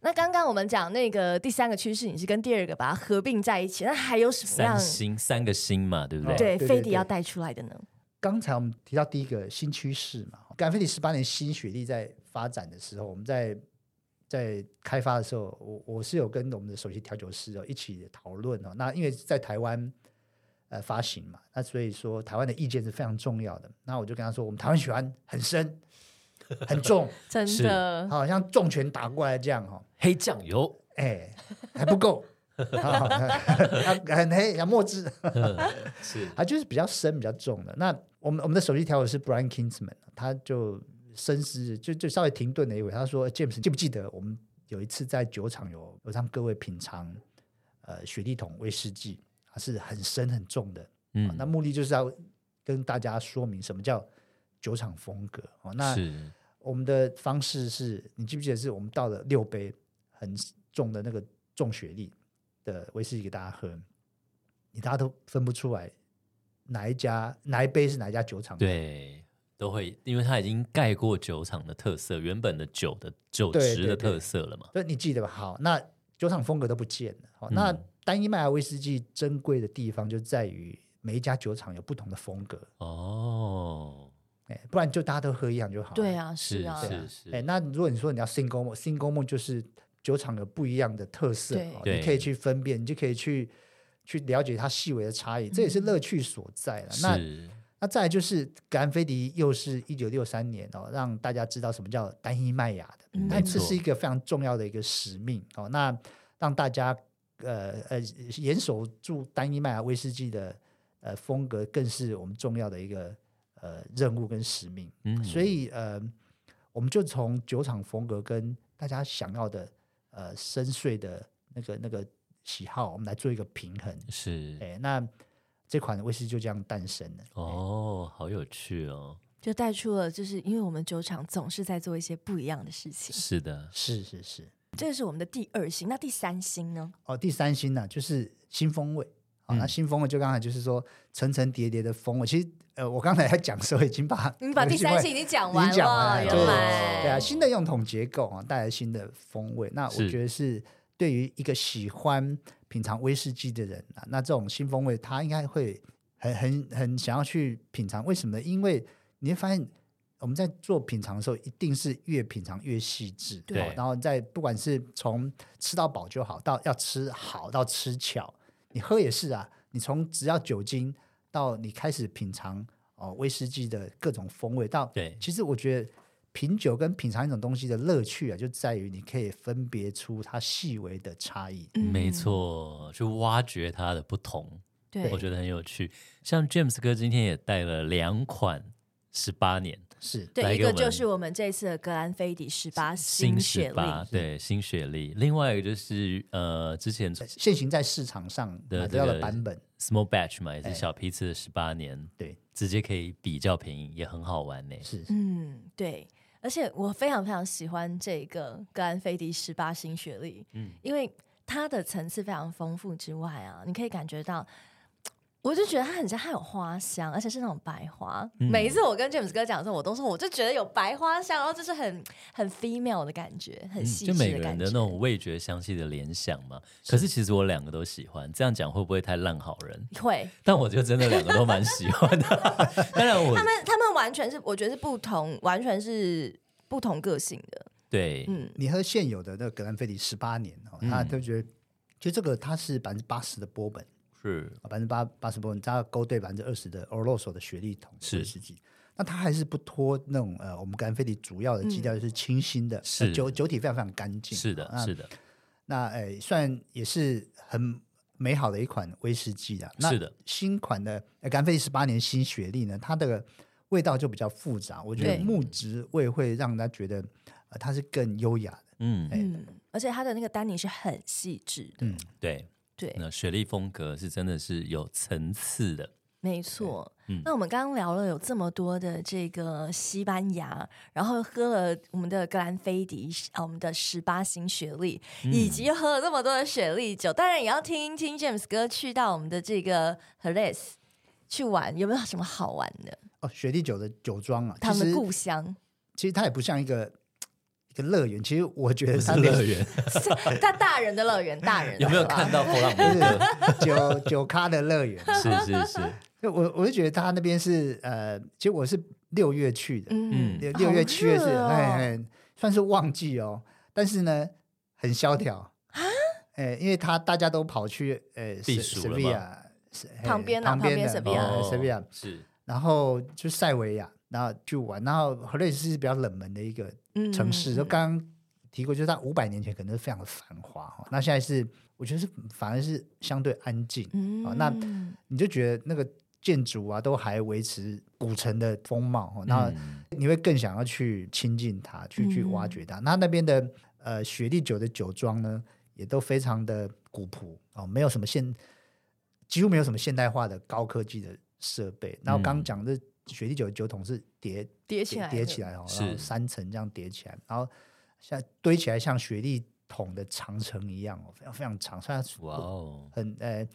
[SPEAKER 1] 那刚刚我们讲那个第三个趋势，你是跟第二个把它合并在一起，那还有什么样
[SPEAKER 2] 三星三个星嘛，对不对？
[SPEAKER 1] 对
[SPEAKER 3] 对对
[SPEAKER 1] 飞迪
[SPEAKER 3] 对
[SPEAKER 1] 要带出来的呢？
[SPEAKER 3] 刚才我们提到第一个新趋势嘛，甘菲迪十八年新雪莉在发展的时候，我们在在开发的时候，我我是有跟我们的首席调酒师哦一起讨论哦。那因为在台湾呃发行嘛，那所以说台湾的意见是非常重要的。那我就跟他说，我们台湾喜欢很深、很重，
[SPEAKER 1] 真
[SPEAKER 2] 是
[SPEAKER 1] 的，
[SPEAKER 3] 好像重拳打过来这样哈、哦。
[SPEAKER 2] 黑酱油，
[SPEAKER 3] 哎，还不够，好很黑，很墨汁，
[SPEAKER 2] 是
[SPEAKER 3] 啊，就是比较深、比较重的。那我们我们的首席调酒师 Brian Kingsman，他就深思，就就稍微停顿了一会，他说：“James，你记不记得我们有一次在酒厂有有让各位品尝呃雪地桶威士忌，它是很深很重的，啊那
[SPEAKER 2] 嗯，
[SPEAKER 3] 目的就是要跟大家说明什么叫酒厂风格哦。那
[SPEAKER 2] 是
[SPEAKER 3] 我们的方式是，你记不记得是我们倒了六杯很重的那个重雪莉的威士忌给大家喝，你大家都分不出来哪一家哪一杯是哪一家酒厂的
[SPEAKER 2] 对，都会，因为它已经盖过酒厂的特色，原本的酒的酒
[SPEAKER 3] 对
[SPEAKER 2] 池
[SPEAKER 3] 对
[SPEAKER 2] 的
[SPEAKER 3] 对
[SPEAKER 2] 特色了嘛。
[SPEAKER 3] 所以你记得吧？好，那酒厂风格都不见了。好、那
[SPEAKER 2] 嗯
[SPEAKER 3] 单一麦芽威士忌珍贵的地方就在于每一家酒厂有不同的风格，
[SPEAKER 2] 哦，
[SPEAKER 3] 哎，不然就大家都喝一样就好了。
[SPEAKER 1] 对啊，
[SPEAKER 2] 是
[SPEAKER 1] 啊，
[SPEAKER 2] 是
[SPEAKER 3] 哎，
[SPEAKER 2] 是，
[SPEAKER 3] 那如果你说你要 single m o single m o 就是酒厂有不一样的特色，
[SPEAKER 1] 对
[SPEAKER 3] 哦
[SPEAKER 2] 对
[SPEAKER 3] 你可以去分辨，你就可以去去了解它细微的差异，这也是
[SPEAKER 1] 嗯
[SPEAKER 3] 乐趣所在了。那
[SPEAKER 2] 是
[SPEAKER 3] 那再来就是格兰菲迪，又是一九六三年哦，让大家知道什么叫单一麦芽的
[SPEAKER 1] 嗯，
[SPEAKER 3] 那、
[SPEAKER 1] 没
[SPEAKER 3] 这
[SPEAKER 2] 错
[SPEAKER 3] 是一个非常重要的一个使命哦。那让大家呃呃严守住单一麦芽威士忌的呃风格，更是我们重要的一个呃任务跟使命。
[SPEAKER 2] 嗯
[SPEAKER 3] 所以呃，我们就从酒厂风格跟大家想要的呃深邃的那个那个喜好，我们来做一个平衡。
[SPEAKER 2] 是
[SPEAKER 3] 哎，那这款威士忌就这样诞生了。
[SPEAKER 2] 哦，好有趣哦，
[SPEAKER 1] 就带出了，就是因为我们酒厂总是在做一些不一样的事情，
[SPEAKER 2] 是的，
[SPEAKER 3] 是是是。
[SPEAKER 1] 这个是我们的第二星。那第三星呢？
[SPEAKER 3] 哦，第三星呢、就是新风味。好、那
[SPEAKER 2] 嗯
[SPEAKER 3] 新风味就刚才就是说层层叠叠的风味。其实呃，我刚才在讲的时候已经把
[SPEAKER 1] 你 把第三星已经讲完
[SPEAKER 3] 已经讲完
[SPEAKER 1] 了，
[SPEAKER 3] 了
[SPEAKER 1] 原
[SPEAKER 2] 对
[SPEAKER 1] 来
[SPEAKER 3] 对啊，新的用桶结构啊，带来新的风味。那我
[SPEAKER 2] 是
[SPEAKER 3] 觉得是对于一个喜欢，比品尝威士忌的人啊，那这种新风味，他应该会很很很想要去品尝。为什么呢？因为你会发现，我们在做品尝的时候，一定是越品尝越细致，
[SPEAKER 1] 对
[SPEAKER 3] 哦然后在不管是从吃到饱就好，到要吃好到吃巧，你喝也是啊。你从只要酒精到你开始品尝哦威士忌的各种风味，到
[SPEAKER 2] 对
[SPEAKER 3] 其实我觉得品酒跟品尝一种东西的乐趣啊，就在于你可以分别出它细微的差异。
[SPEAKER 1] 嗯
[SPEAKER 2] 没错，去挖掘它的不同，
[SPEAKER 1] 对，
[SPEAKER 2] 我觉得很有趣。像 James 哥今天也带了两款十八年
[SPEAKER 3] 是
[SPEAKER 2] 来
[SPEAKER 1] 对，一
[SPEAKER 2] 给我
[SPEAKER 1] 个
[SPEAKER 2] 们
[SPEAKER 1] 就是我们这次的格兰菲迪十八
[SPEAKER 2] 十
[SPEAKER 1] 雪
[SPEAKER 2] 八，
[SPEAKER 1] 莉，
[SPEAKER 2] 对新雪莉，另外一个就是呃之前
[SPEAKER 3] 现行在市场上
[SPEAKER 2] 的
[SPEAKER 3] 买
[SPEAKER 2] 这
[SPEAKER 3] 得到的
[SPEAKER 2] 个
[SPEAKER 3] 版本，
[SPEAKER 2] Small Batch 嘛，也
[SPEAKER 3] 哎
[SPEAKER 2] 是小批次的十八年，
[SPEAKER 3] 对，
[SPEAKER 2] 直接可以比较便宜，也很好玩呢。
[SPEAKER 3] 是
[SPEAKER 1] 嗯，对。而且我非常非常喜欢这个格兰菲迪十八星雪莉，
[SPEAKER 2] 嗯
[SPEAKER 1] 因为它的层次非常丰富之外啊，你可以感觉到，我就觉得它很像它有花香，而且是那种白花。
[SPEAKER 2] 嗯
[SPEAKER 1] 每一次我跟 James 哥讲的时候，我都说我就觉得有白花香，然后就是很很 female 的感觉，很
[SPEAKER 2] 嗯
[SPEAKER 1] 细
[SPEAKER 2] 就
[SPEAKER 1] 致
[SPEAKER 2] 每个人
[SPEAKER 1] 感
[SPEAKER 2] 的
[SPEAKER 1] 觉。
[SPEAKER 2] 那种味觉相系的联想嘛，可是其实我两个都喜欢，这样讲会不会太烂好人？
[SPEAKER 1] 会，
[SPEAKER 2] 但我就真的两个都蛮喜欢的。 当然我
[SPEAKER 1] 他们他们完全是，我觉得是不同，完全是不同个性的。
[SPEAKER 2] 对，
[SPEAKER 1] 嗯，
[SPEAKER 3] 你喝现有的那个格兰菲迪十八年
[SPEAKER 2] 嗯
[SPEAKER 3] 哦，他都觉得。就这个，它是百分之八十的波本，哦
[SPEAKER 2] 是
[SPEAKER 3] 百分之八八十波本，加勾兑百分之二十的欧洛索的雪莉桶
[SPEAKER 2] 是
[SPEAKER 3] 威士忌，那它还是不脱那种呃，我们格兰菲迪主要的基调就是清新的，
[SPEAKER 2] 嗯是
[SPEAKER 3] 呃酒酒体非常非常干净，
[SPEAKER 2] 是
[SPEAKER 3] 哦
[SPEAKER 2] 的，
[SPEAKER 3] 那
[SPEAKER 2] 是的，
[SPEAKER 3] 那诶，虽然也是很美好的一款威士忌的，那
[SPEAKER 2] 是的，
[SPEAKER 3] 新款的呃干菲十八年新雪莉呢，它的味道就比较复杂，我觉得
[SPEAKER 1] 对
[SPEAKER 3] 木质味会让人家觉得呃它是更优雅的，
[SPEAKER 2] 嗯，
[SPEAKER 1] 嗯，而且它的那个丹宁是很细致的，
[SPEAKER 3] 嗯，
[SPEAKER 2] 对。
[SPEAKER 1] 对，
[SPEAKER 2] 那雪莉风格是真的是有层次的，
[SPEAKER 1] 没错。
[SPEAKER 2] 嗯
[SPEAKER 1] 那我们刚刚聊了有这么多的这个西班牙，然后喝了我们的格兰菲迪，啊，我们的十八型雪莉，以及
[SPEAKER 3] 嗯
[SPEAKER 1] 喝了这么多的雪莉酒，当然也要听一听 James 哥去到我们的这个 h e r e s 去玩，有没有什么好玩的？
[SPEAKER 3] 哦，雪莉酒的酒庄啊，
[SPEAKER 1] 他
[SPEAKER 3] 其
[SPEAKER 1] 们的
[SPEAKER 3] 实
[SPEAKER 1] 故乡，
[SPEAKER 3] 其实它也不像一个一个乐园，其实我觉得
[SPEAKER 2] 不是
[SPEAKER 3] 它连
[SPEAKER 2] 乐 园，
[SPEAKER 1] 大大人的乐园，大人的
[SPEAKER 2] 有没有
[SPEAKER 1] 好吧
[SPEAKER 2] 看到弗朗
[SPEAKER 3] 不
[SPEAKER 2] 明
[SPEAKER 3] 是
[SPEAKER 2] 哥？
[SPEAKER 3] 酒酒咖的乐园，
[SPEAKER 2] 是是是，
[SPEAKER 3] 所以我我就觉得他那边是呃，其实我是六月去的，
[SPEAKER 1] 嗯
[SPEAKER 3] 六
[SPEAKER 1] 好
[SPEAKER 3] 六月、七月是，
[SPEAKER 1] 热哦
[SPEAKER 3] 哎哎，算是旺季哦。但是呢，很萧条啊，哎，因为他大家都跑去呃，
[SPEAKER 2] 避暑了吗
[SPEAKER 3] 啊，是哎
[SPEAKER 1] 旁边啊
[SPEAKER 3] 旁边
[SPEAKER 1] 旁边 Sevilla
[SPEAKER 3] 哦 Sevilla，
[SPEAKER 2] 是
[SPEAKER 3] 然后就塞维亚，然后去玩，然后何瑞斯是比较冷门的一个
[SPEAKER 1] 嗯
[SPEAKER 3] 城市，就刚刚提过，就是它五百年前可能是非常的繁华哈，那现在是我觉得是反而是相对安静，
[SPEAKER 1] 嗯
[SPEAKER 3] 哦那你就觉得那个建筑啊都还维持古城的风貌哦，那。
[SPEAKER 2] 嗯
[SPEAKER 3] 你会更想要去亲近它，去去挖
[SPEAKER 1] 嗯
[SPEAKER 3] 掘它。那那边的呃雪莉酒的酒庄呢，也都非常的古朴哦，没有什么现，几乎没有什么现代化的高科技的设备。那我刚刚讲的雪莉酒的酒桶是叠
[SPEAKER 1] 嗯叠起来的
[SPEAKER 3] 叠起来哦，
[SPEAKER 2] 是
[SPEAKER 3] 然后三层这样叠起来，然后像堆起来像雪莉桶的长城一样哦，非常非常长，虽然
[SPEAKER 2] 哇哦，
[SPEAKER 3] 很呃。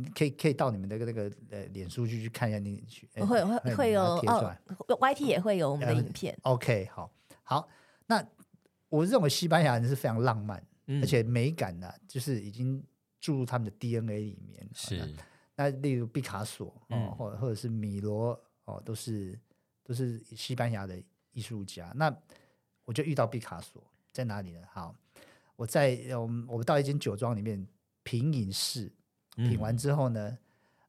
[SPEAKER 3] 你可以可以到你们那个那个呃脸书去去看一下你，呃
[SPEAKER 1] 哦会会会有
[SPEAKER 3] 把它贴出来呃
[SPEAKER 1] 哦，YT 也会有我们的影片，
[SPEAKER 3] OK，好，好，那我认为西班牙人是非常浪漫，
[SPEAKER 2] 嗯
[SPEAKER 3] 而且美感呢、就是已经注入他们的 DNA 里面。哦
[SPEAKER 2] 是
[SPEAKER 3] 那那例如毕卡索
[SPEAKER 2] 嗯
[SPEAKER 3] 哦，或、或者是米罗哦，都是都是西班牙的艺术家。那我就遇到毕卡索在哪里呢？好，我在呃我们我们到一间酒庄里面品饮室，
[SPEAKER 2] 嗯
[SPEAKER 3] 品完之后呢，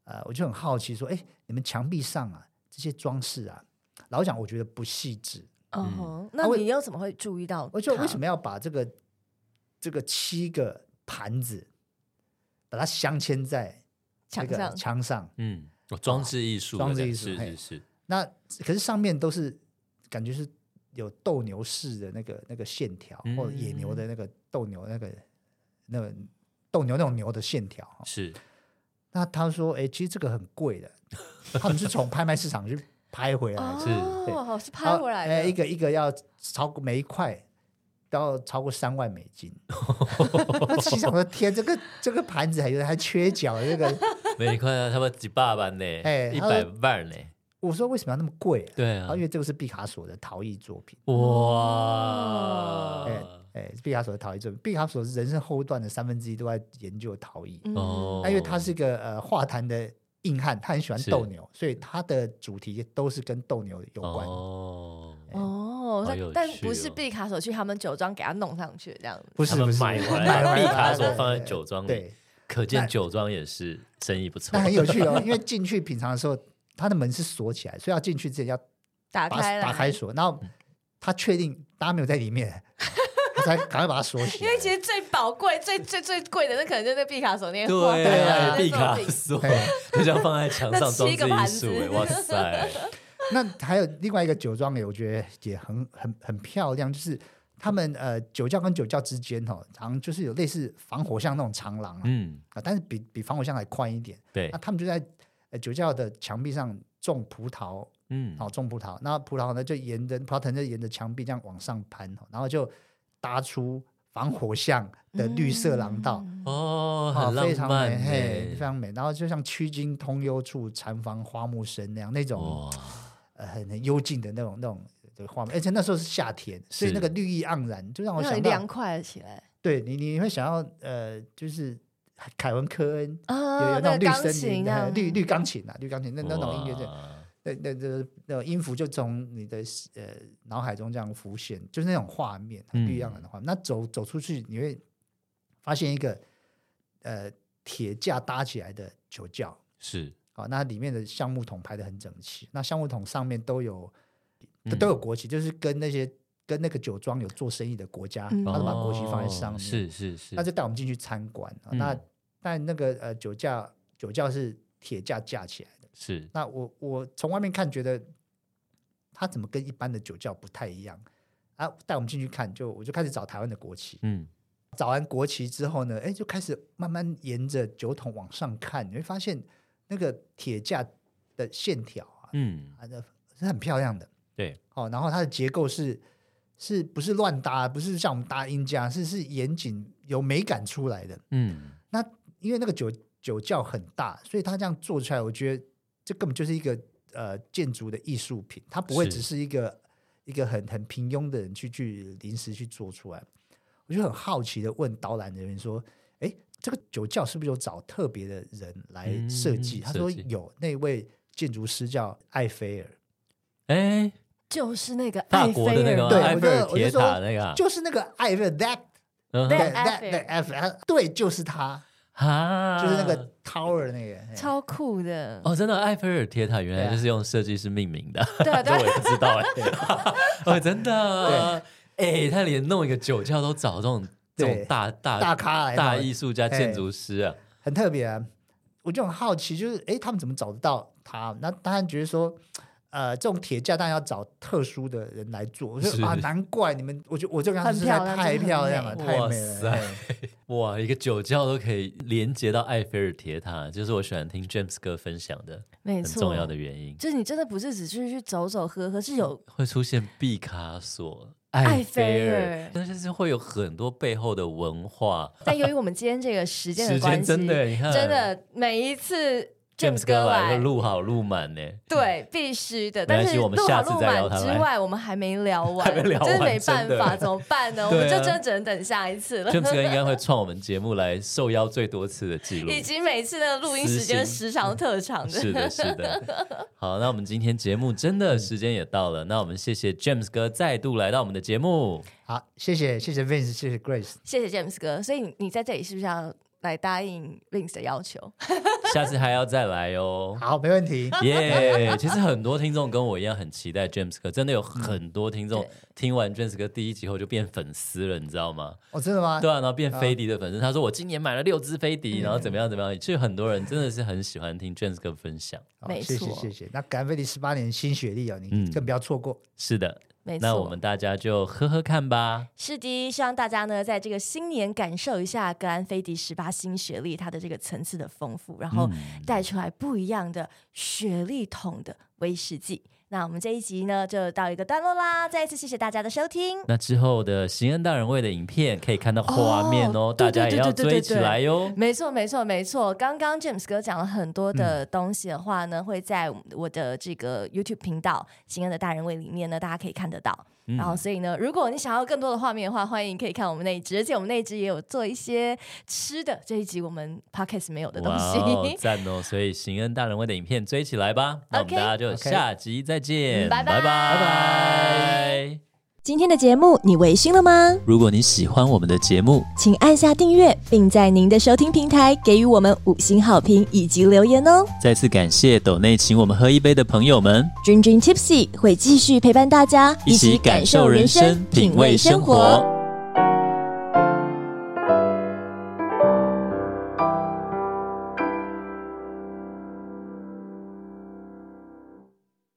[SPEAKER 3] 呃，我就很好奇说，哎，你们墙壁上啊这些装饰啊，老实讲我觉得不细致。
[SPEAKER 1] 嗯哼，那
[SPEAKER 3] 啊我
[SPEAKER 1] 你又怎么会注意到它？
[SPEAKER 3] 我就为什么要把这个这个七个盘子，把它镶嵌在这
[SPEAKER 1] 墙
[SPEAKER 3] 个
[SPEAKER 1] 上
[SPEAKER 3] 墙上？
[SPEAKER 2] 嗯，哦装置艺术的
[SPEAKER 3] 装
[SPEAKER 2] 感觉，
[SPEAKER 3] 置艺术
[SPEAKER 2] 是
[SPEAKER 3] 嘿
[SPEAKER 2] 是是，
[SPEAKER 3] 那可是上面都是感觉是有斗牛士的那个那个线条，或者野
[SPEAKER 1] 嗯
[SPEAKER 3] 牛的那个斗牛那个那个斗牛那种牛的线条。哦
[SPEAKER 2] 是
[SPEAKER 3] 那他说：“哎、其实这个很贵的，他们是从拍卖市场去拍回来的。对
[SPEAKER 1] 哦，是
[SPEAKER 3] 好
[SPEAKER 1] 拍回来
[SPEAKER 3] 哎
[SPEAKER 1] 的，
[SPEAKER 3] 一个一个要超过每一块都要超过三万美 金。那心想说：天，这个这个盘子还有还缺角，这个
[SPEAKER 2] 每一块他们几百万 呢，
[SPEAKER 3] 哎
[SPEAKER 2] 一
[SPEAKER 3] 他
[SPEAKER 2] 百
[SPEAKER 3] 说
[SPEAKER 2] 万呢，
[SPEAKER 3] 我说为什么要那么
[SPEAKER 1] 嗯
[SPEAKER 3] 贵、啊？
[SPEAKER 2] 对
[SPEAKER 3] 然
[SPEAKER 2] 啊
[SPEAKER 3] 后因，为这个是毕卡索的陶艺作品，
[SPEAKER 2] 哇
[SPEAKER 3] 哎，哎，毕卡索的陶艺作品，毕卡索人生后段的三分之一都在研究陶艺。
[SPEAKER 1] 嗯
[SPEAKER 2] 哦，
[SPEAKER 3] 那因为他是一个呃画坛的硬汉，他很喜欢
[SPEAKER 2] 是
[SPEAKER 3] 斗牛，所以他的主题都是跟斗牛有关。
[SPEAKER 2] 哦，
[SPEAKER 1] 哦，
[SPEAKER 2] 好
[SPEAKER 1] 但
[SPEAKER 2] 有
[SPEAKER 1] 但
[SPEAKER 2] 趣
[SPEAKER 1] 不是
[SPEAKER 2] 哦
[SPEAKER 1] 毕卡索去他们酒庄给他弄上去这样子。
[SPEAKER 3] 不
[SPEAKER 2] 他
[SPEAKER 3] 是
[SPEAKER 2] 们
[SPEAKER 3] 不是
[SPEAKER 2] 买回来
[SPEAKER 3] 买
[SPEAKER 2] 把
[SPEAKER 3] 回
[SPEAKER 2] 毕
[SPEAKER 3] 来
[SPEAKER 2] 卡
[SPEAKER 3] 的
[SPEAKER 2] 索放在酒庄里，
[SPEAKER 3] 对，
[SPEAKER 2] 可见
[SPEAKER 3] 那
[SPEAKER 2] 酒庄也是生意不 错
[SPEAKER 3] 那。很有趣哦，因为进去品尝的时候，他的门是锁起来，所以要进去之前要
[SPEAKER 1] 打
[SPEAKER 3] 把
[SPEAKER 1] 开来
[SPEAKER 3] 打开锁，然
[SPEAKER 2] 嗯
[SPEAKER 3] 后他确定大家没有在里面，他 才赶快把它锁起
[SPEAKER 1] 因
[SPEAKER 3] 来。
[SPEAKER 1] 为其实最宝贵、最最最贵的，那可能就是毕卡索那些画
[SPEAKER 2] 对
[SPEAKER 1] 啊
[SPEAKER 2] 啊，
[SPEAKER 1] 那
[SPEAKER 2] 毕卡
[SPEAKER 1] 作品
[SPEAKER 2] 索
[SPEAKER 3] 哎
[SPEAKER 2] 就这样放在墙
[SPEAKER 1] 那
[SPEAKER 2] 上装
[SPEAKER 1] 七个
[SPEAKER 2] 置艺
[SPEAKER 1] 盘子
[SPEAKER 2] 术，哎，哇 塞！
[SPEAKER 3] 那还有另外一个酒庄也，我觉得也很很很漂亮，就是他们呃酒窖跟酒窖之间哦，常常就是有类似防火巷那种长廊啊，
[SPEAKER 2] 嗯，
[SPEAKER 3] 啊但是比比防火巷还宽一点。
[SPEAKER 2] 对
[SPEAKER 3] 那，他们就在呃酒窖的墙壁上种葡萄，
[SPEAKER 2] 嗯，
[SPEAKER 3] 好、种葡萄，那葡萄呢就沿着葡萄藤就沿着墙壁这样往上攀，然后就搭出防火巷的绿色廊道。
[SPEAKER 1] 嗯
[SPEAKER 2] 哦，
[SPEAKER 3] 啊
[SPEAKER 2] 很
[SPEAKER 3] 非
[SPEAKER 2] 浪
[SPEAKER 3] 常
[SPEAKER 2] 漫
[SPEAKER 3] 美，嘿，非
[SPEAKER 2] 哎，
[SPEAKER 3] 常美。然后就像曲径通幽处，禅房花木深那样，那种、
[SPEAKER 2] 哇，
[SPEAKER 3] 呃很很幽静的那种那种的画面，而且那时候是夏天，所以
[SPEAKER 2] 是
[SPEAKER 3] 那个绿意盎然，就让我
[SPEAKER 1] 让
[SPEAKER 3] 想
[SPEAKER 1] 你
[SPEAKER 3] 到
[SPEAKER 1] 凉，快了起来
[SPEAKER 3] 对你你会想要呃，就是凯文科恩有
[SPEAKER 1] 啊
[SPEAKER 3] 有那种
[SPEAKER 1] 钢
[SPEAKER 3] 绿森林
[SPEAKER 1] 琴
[SPEAKER 3] 的、
[SPEAKER 1] 啊，
[SPEAKER 3] 绿绿钢琴啊，绿钢琴那那种
[SPEAKER 2] 哇
[SPEAKER 3] 音乐就，那那那那种音符就从你的呃脑海中这样浮现，就是那种画面，很不一样的
[SPEAKER 2] 嗯
[SPEAKER 3] 画面。那走走出去，你会发现一个呃铁架搭起来的酒窖，
[SPEAKER 2] 是
[SPEAKER 3] 好，那里面的橡木桶排的很整齐，那橡木桶上面都有
[SPEAKER 2] 嗯
[SPEAKER 3] 都都有国旗，就是跟那些跟那个酒庄有做生意的国家，
[SPEAKER 1] 嗯
[SPEAKER 3] 他都把国旗放在
[SPEAKER 2] 哦
[SPEAKER 3] 上面，
[SPEAKER 2] 是是是，
[SPEAKER 3] 那就带我们进去参观。啊那
[SPEAKER 2] 嗯
[SPEAKER 3] 但那个呃酒窖酒窖是铁架架起来的，
[SPEAKER 2] 是
[SPEAKER 3] 那我我从外面看觉得它怎么跟一般的酒窖不太一样啊？带我们进去看，就我就开始找台湾的国旗，
[SPEAKER 2] 嗯，
[SPEAKER 3] 找完国旗之后呢，哎，就开始慢慢沿着酒桶往上看，你会发现那个铁架的线条啊，
[SPEAKER 2] 嗯，
[SPEAKER 3] 啊，那是很漂亮的
[SPEAKER 2] 对，
[SPEAKER 3] 哦。然后它的结构是是不是乱搭，不是像我们搭音架，是是严谨有美感出来的。
[SPEAKER 2] 嗯，
[SPEAKER 3] 那因为那个酒酒窖很大，所以它这样做出来，我觉得这根本就是一个呃建筑的艺术品，它不会
[SPEAKER 2] 是
[SPEAKER 3] 只是一个一个很很平庸的人去去临时去做出来。我就很好奇的问导览人员说：“哎，这个酒窖是不是有找特别的人来设计？”
[SPEAKER 2] 嗯
[SPEAKER 3] 他说
[SPEAKER 2] 设计
[SPEAKER 3] 有，那位建筑师叫艾菲尔，
[SPEAKER 2] 哎，
[SPEAKER 1] 就是那个
[SPEAKER 2] 法
[SPEAKER 1] 艾
[SPEAKER 2] 国的那
[SPEAKER 1] 菲
[SPEAKER 2] 个
[SPEAKER 1] 尔
[SPEAKER 3] 啊对
[SPEAKER 2] 埃
[SPEAKER 3] 我
[SPEAKER 2] 菲
[SPEAKER 3] 就
[SPEAKER 2] 尔
[SPEAKER 3] 我就
[SPEAKER 2] 铁
[SPEAKER 3] 说
[SPEAKER 2] 塔那个啊，
[SPEAKER 3] 就是那个艾菲尔 that
[SPEAKER 2] 嗯哼
[SPEAKER 3] that
[SPEAKER 1] That
[SPEAKER 3] that
[SPEAKER 1] Eiffel
[SPEAKER 3] that Eiffel，对，就是他，
[SPEAKER 2] 啊，
[SPEAKER 3] 就是那个 tower 那个。嘿哎
[SPEAKER 1] 超酷的，
[SPEAKER 2] 哦，真的，埃菲尔铁塔原
[SPEAKER 3] 对
[SPEAKER 2] 来
[SPEAKER 3] 啊
[SPEAKER 2] 就是用设计师命名的，
[SPEAKER 1] 对啊
[SPEAKER 2] 这
[SPEAKER 1] 对啊
[SPEAKER 2] 我也不知道哎， 哦，真的，哎，他连弄一个酒窖都找这种这种
[SPEAKER 3] 对
[SPEAKER 2] 大大
[SPEAKER 3] 大咖来
[SPEAKER 2] 大
[SPEAKER 3] 弄
[SPEAKER 2] 艺术家、
[SPEAKER 3] 嘿
[SPEAKER 2] 建筑师啊，
[SPEAKER 3] 很特别啊。我就很好奇，就是诶，他们怎么找得到他？那当然觉得说，呃，这种铁架当然要找特殊的人来做。我
[SPEAKER 2] 是
[SPEAKER 3] 说啊，难怪你们，我就我就跟他
[SPEAKER 1] 很
[SPEAKER 3] 实在
[SPEAKER 1] 漂亮真
[SPEAKER 3] 太
[SPEAKER 1] 的很
[SPEAKER 3] 漂亮了，
[SPEAKER 2] 美
[SPEAKER 3] 太
[SPEAKER 2] 哇
[SPEAKER 3] 美了。
[SPEAKER 2] 塞
[SPEAKER 3] 嘿
[SPEAKER 2] 哇，一个酒窖都可以连接到埃菲尔铁塔，就是我喜欢听 James 哥分享的
[SPEAKER 1] 没
[SPEAKER 2] 很
[SPEAKER 1] 错，
[SPEAKER 2] 重要的原因，
[SPEAKER 1] 就是你真的不是只是去走走喝喝，是有
[SPEAKER 2] 会出现毕卡索、
[SPEAKER 1] 埃
[SPEAKER 2] 埃
[SPEAKER 1] 菲
[SPEAKER 2] 菲
[SPEAKER 1] 尔
[SPEAKER 2] 尔，但是会有很多背后的文化。
[SPEAKER 1] 但由于我们今天这个时间的
[SPEAKER 2] 时
[SPEAKER 1] 关
[SPEAKER 2] 间
[SPEAKER 1] 系，
[SPEAKER 2] 真的，你看，
[SPEAKER 1] 真的每一次
[SPEAKER 2] James
[SPEAKER 1] 哥
[SPEAKER 2] 哥来就录好录满呢，
[SPEAKER 1] 对，必须的。
[SPEAKER 2] 没
[SPEAKER 1] 但
[SPEAKER 2] 关系
[SPEAKER 1] 是
[SPEAKER 2] 我们
[SPEAKER 1] 录
[SPEAKER 2] 下
[SPEAKER 1] 好
[SPEAKER 2] 次
[SPEAKER 1] 录
[SPEAKER 2] 再聊
[SPEAKER 1] 满
[SPEAKER 2] 他
[SPEAKER 1] 之
[SPEAKER 2] 来
[SPEAKER 1] 外，我们还没聊完，
[SPEAKER 2] 还没聊
[SPEAKER 1] 真是
[SPEAKER 2] 完
[SPEAKER 1] 没办
[SPEAKER 2] 真的
[SPEAKER 1] 法，怎么办呢？我
[SPEAKER 2] 对
[SPEAKER 1] 们就
[SPEAKER 2] 啊
[SPEAKER 1] 真的只能等下一次了。
[SPEAKER 2] James 哥应该会创我们节目来受邀最多次的记录。
[SPEAKER 1] 以及每次的录音时间
[SPEAKER 2] 私
[SPEAKER 1] 时长特长的，
[SPEAKER 2] 是的，是 的。好，那我们今天节目真的时间也到了，那我们谢谢 James 哥再度来到我们的 节目。
[SPEAKER 3] 好，谢谢谢谢 Vince，谢谢 Grace。
[SPEAKER 1] 谢谢 James 哥。所以你你在这里是不是要来答应 Vince 的要求？
[SPEAKER 2] 下次还要再来哦。
[SPEAKER 3] 好，没问题。
[SPEAKER 2] 耶其实很多听众跟我一样很期待 James 哥，真的有很多听众
[SPEAKER 1] 嗯对
[SPEAKER 2] 听完 James 哥第一集后就变粉丝了，你知道吗？
[SPEAKER 3] 哦，真的吗？
[SPEAKER 2] 对啊，然后变飞迪的粉丝，他说我今年买了六只飞
[SPEAKER 1] 嗯
[SPEAKER 2] 迪，然后怎么样怎么样，其实很多人真的是很喜欢听 James 哥分享。
[SPEAKER 3] 好
[SPEAKER 1] 没
[SPEAKER 3] 哦谢
[SPEAKER 1] 错
[SPEAKER 3] 谢谢谢。那感恩菲利十八年新学历哦，你
[SPEAKER 2] 嗯
[SPEAKER 3] 更不要错过。
[SPEAKER 2] 是的，
[SPEAKER 1] 没错，
[SPEAKER 2] 那我们大家就喝喝看吧。
[SPEAKER 1] 是的，希望大家呢，在这个新年感受一下格兰菲迪十八新学历它的这个层次的丰富，然后带出来不一样的雪莉桶的威士忌。那我们这一集呢，就到一个段落啦。再一次谢谢大家的收听，
[SPEAKER 2] 那之后的邢恩大人味的影片可以看到画面哦，
[SPEAKER 1] 哦对
[SPEAKER 2] 大家也要
[SPEAKER 1] 对对对对
[SPEAKER 2] 追起来 哟。
[SPEAKER 1] 没错，没错，没错。刚刚 James 哥讲了很多
[SPEAKER 2] 嗯
[SPEAKER 1] 的东西的话呢，会在我的这个 YouTube 频道《行恩的大人味》里面呢，大家可以看得到。
[SPEAKER 2] 嗯
[SPEAKER 1] 然后，所以呢，如果你想要更多的画面的话，欢迎可以看我们那一集，而且我们那一集也有做一些吃的，这一集我们 podcast 没有的东西。
[SPEAKER 2] 哇哦，赞哦！所以邢恩大人味的影片追起来吧。那我们
[SPEAKER 1] OK
[SPEAKER 2] 大家就
[SPEAKER 3] OK
[SPEAKER 2] 下集再见，
[SPEAKER 1] 嗯拜拜
[SPEAKER 2] 拜拜。
[SPEAKER 4] 今天的节目你微醺了吗？
[SPEAKER 2] 如果你喜欢我们的节目，
[SPEAKER 4] 请按下订阅，并在您的收听平台给予我们五星好评以及留言哦。
[SPEAKER 2] 再次感谢斗内请我们喝一杯的朋友们，
[SPEAKER 4] 君君 Tipsy 会继续陪伴大家，
[SPEAKER 2] 一起感受人生，品味生活。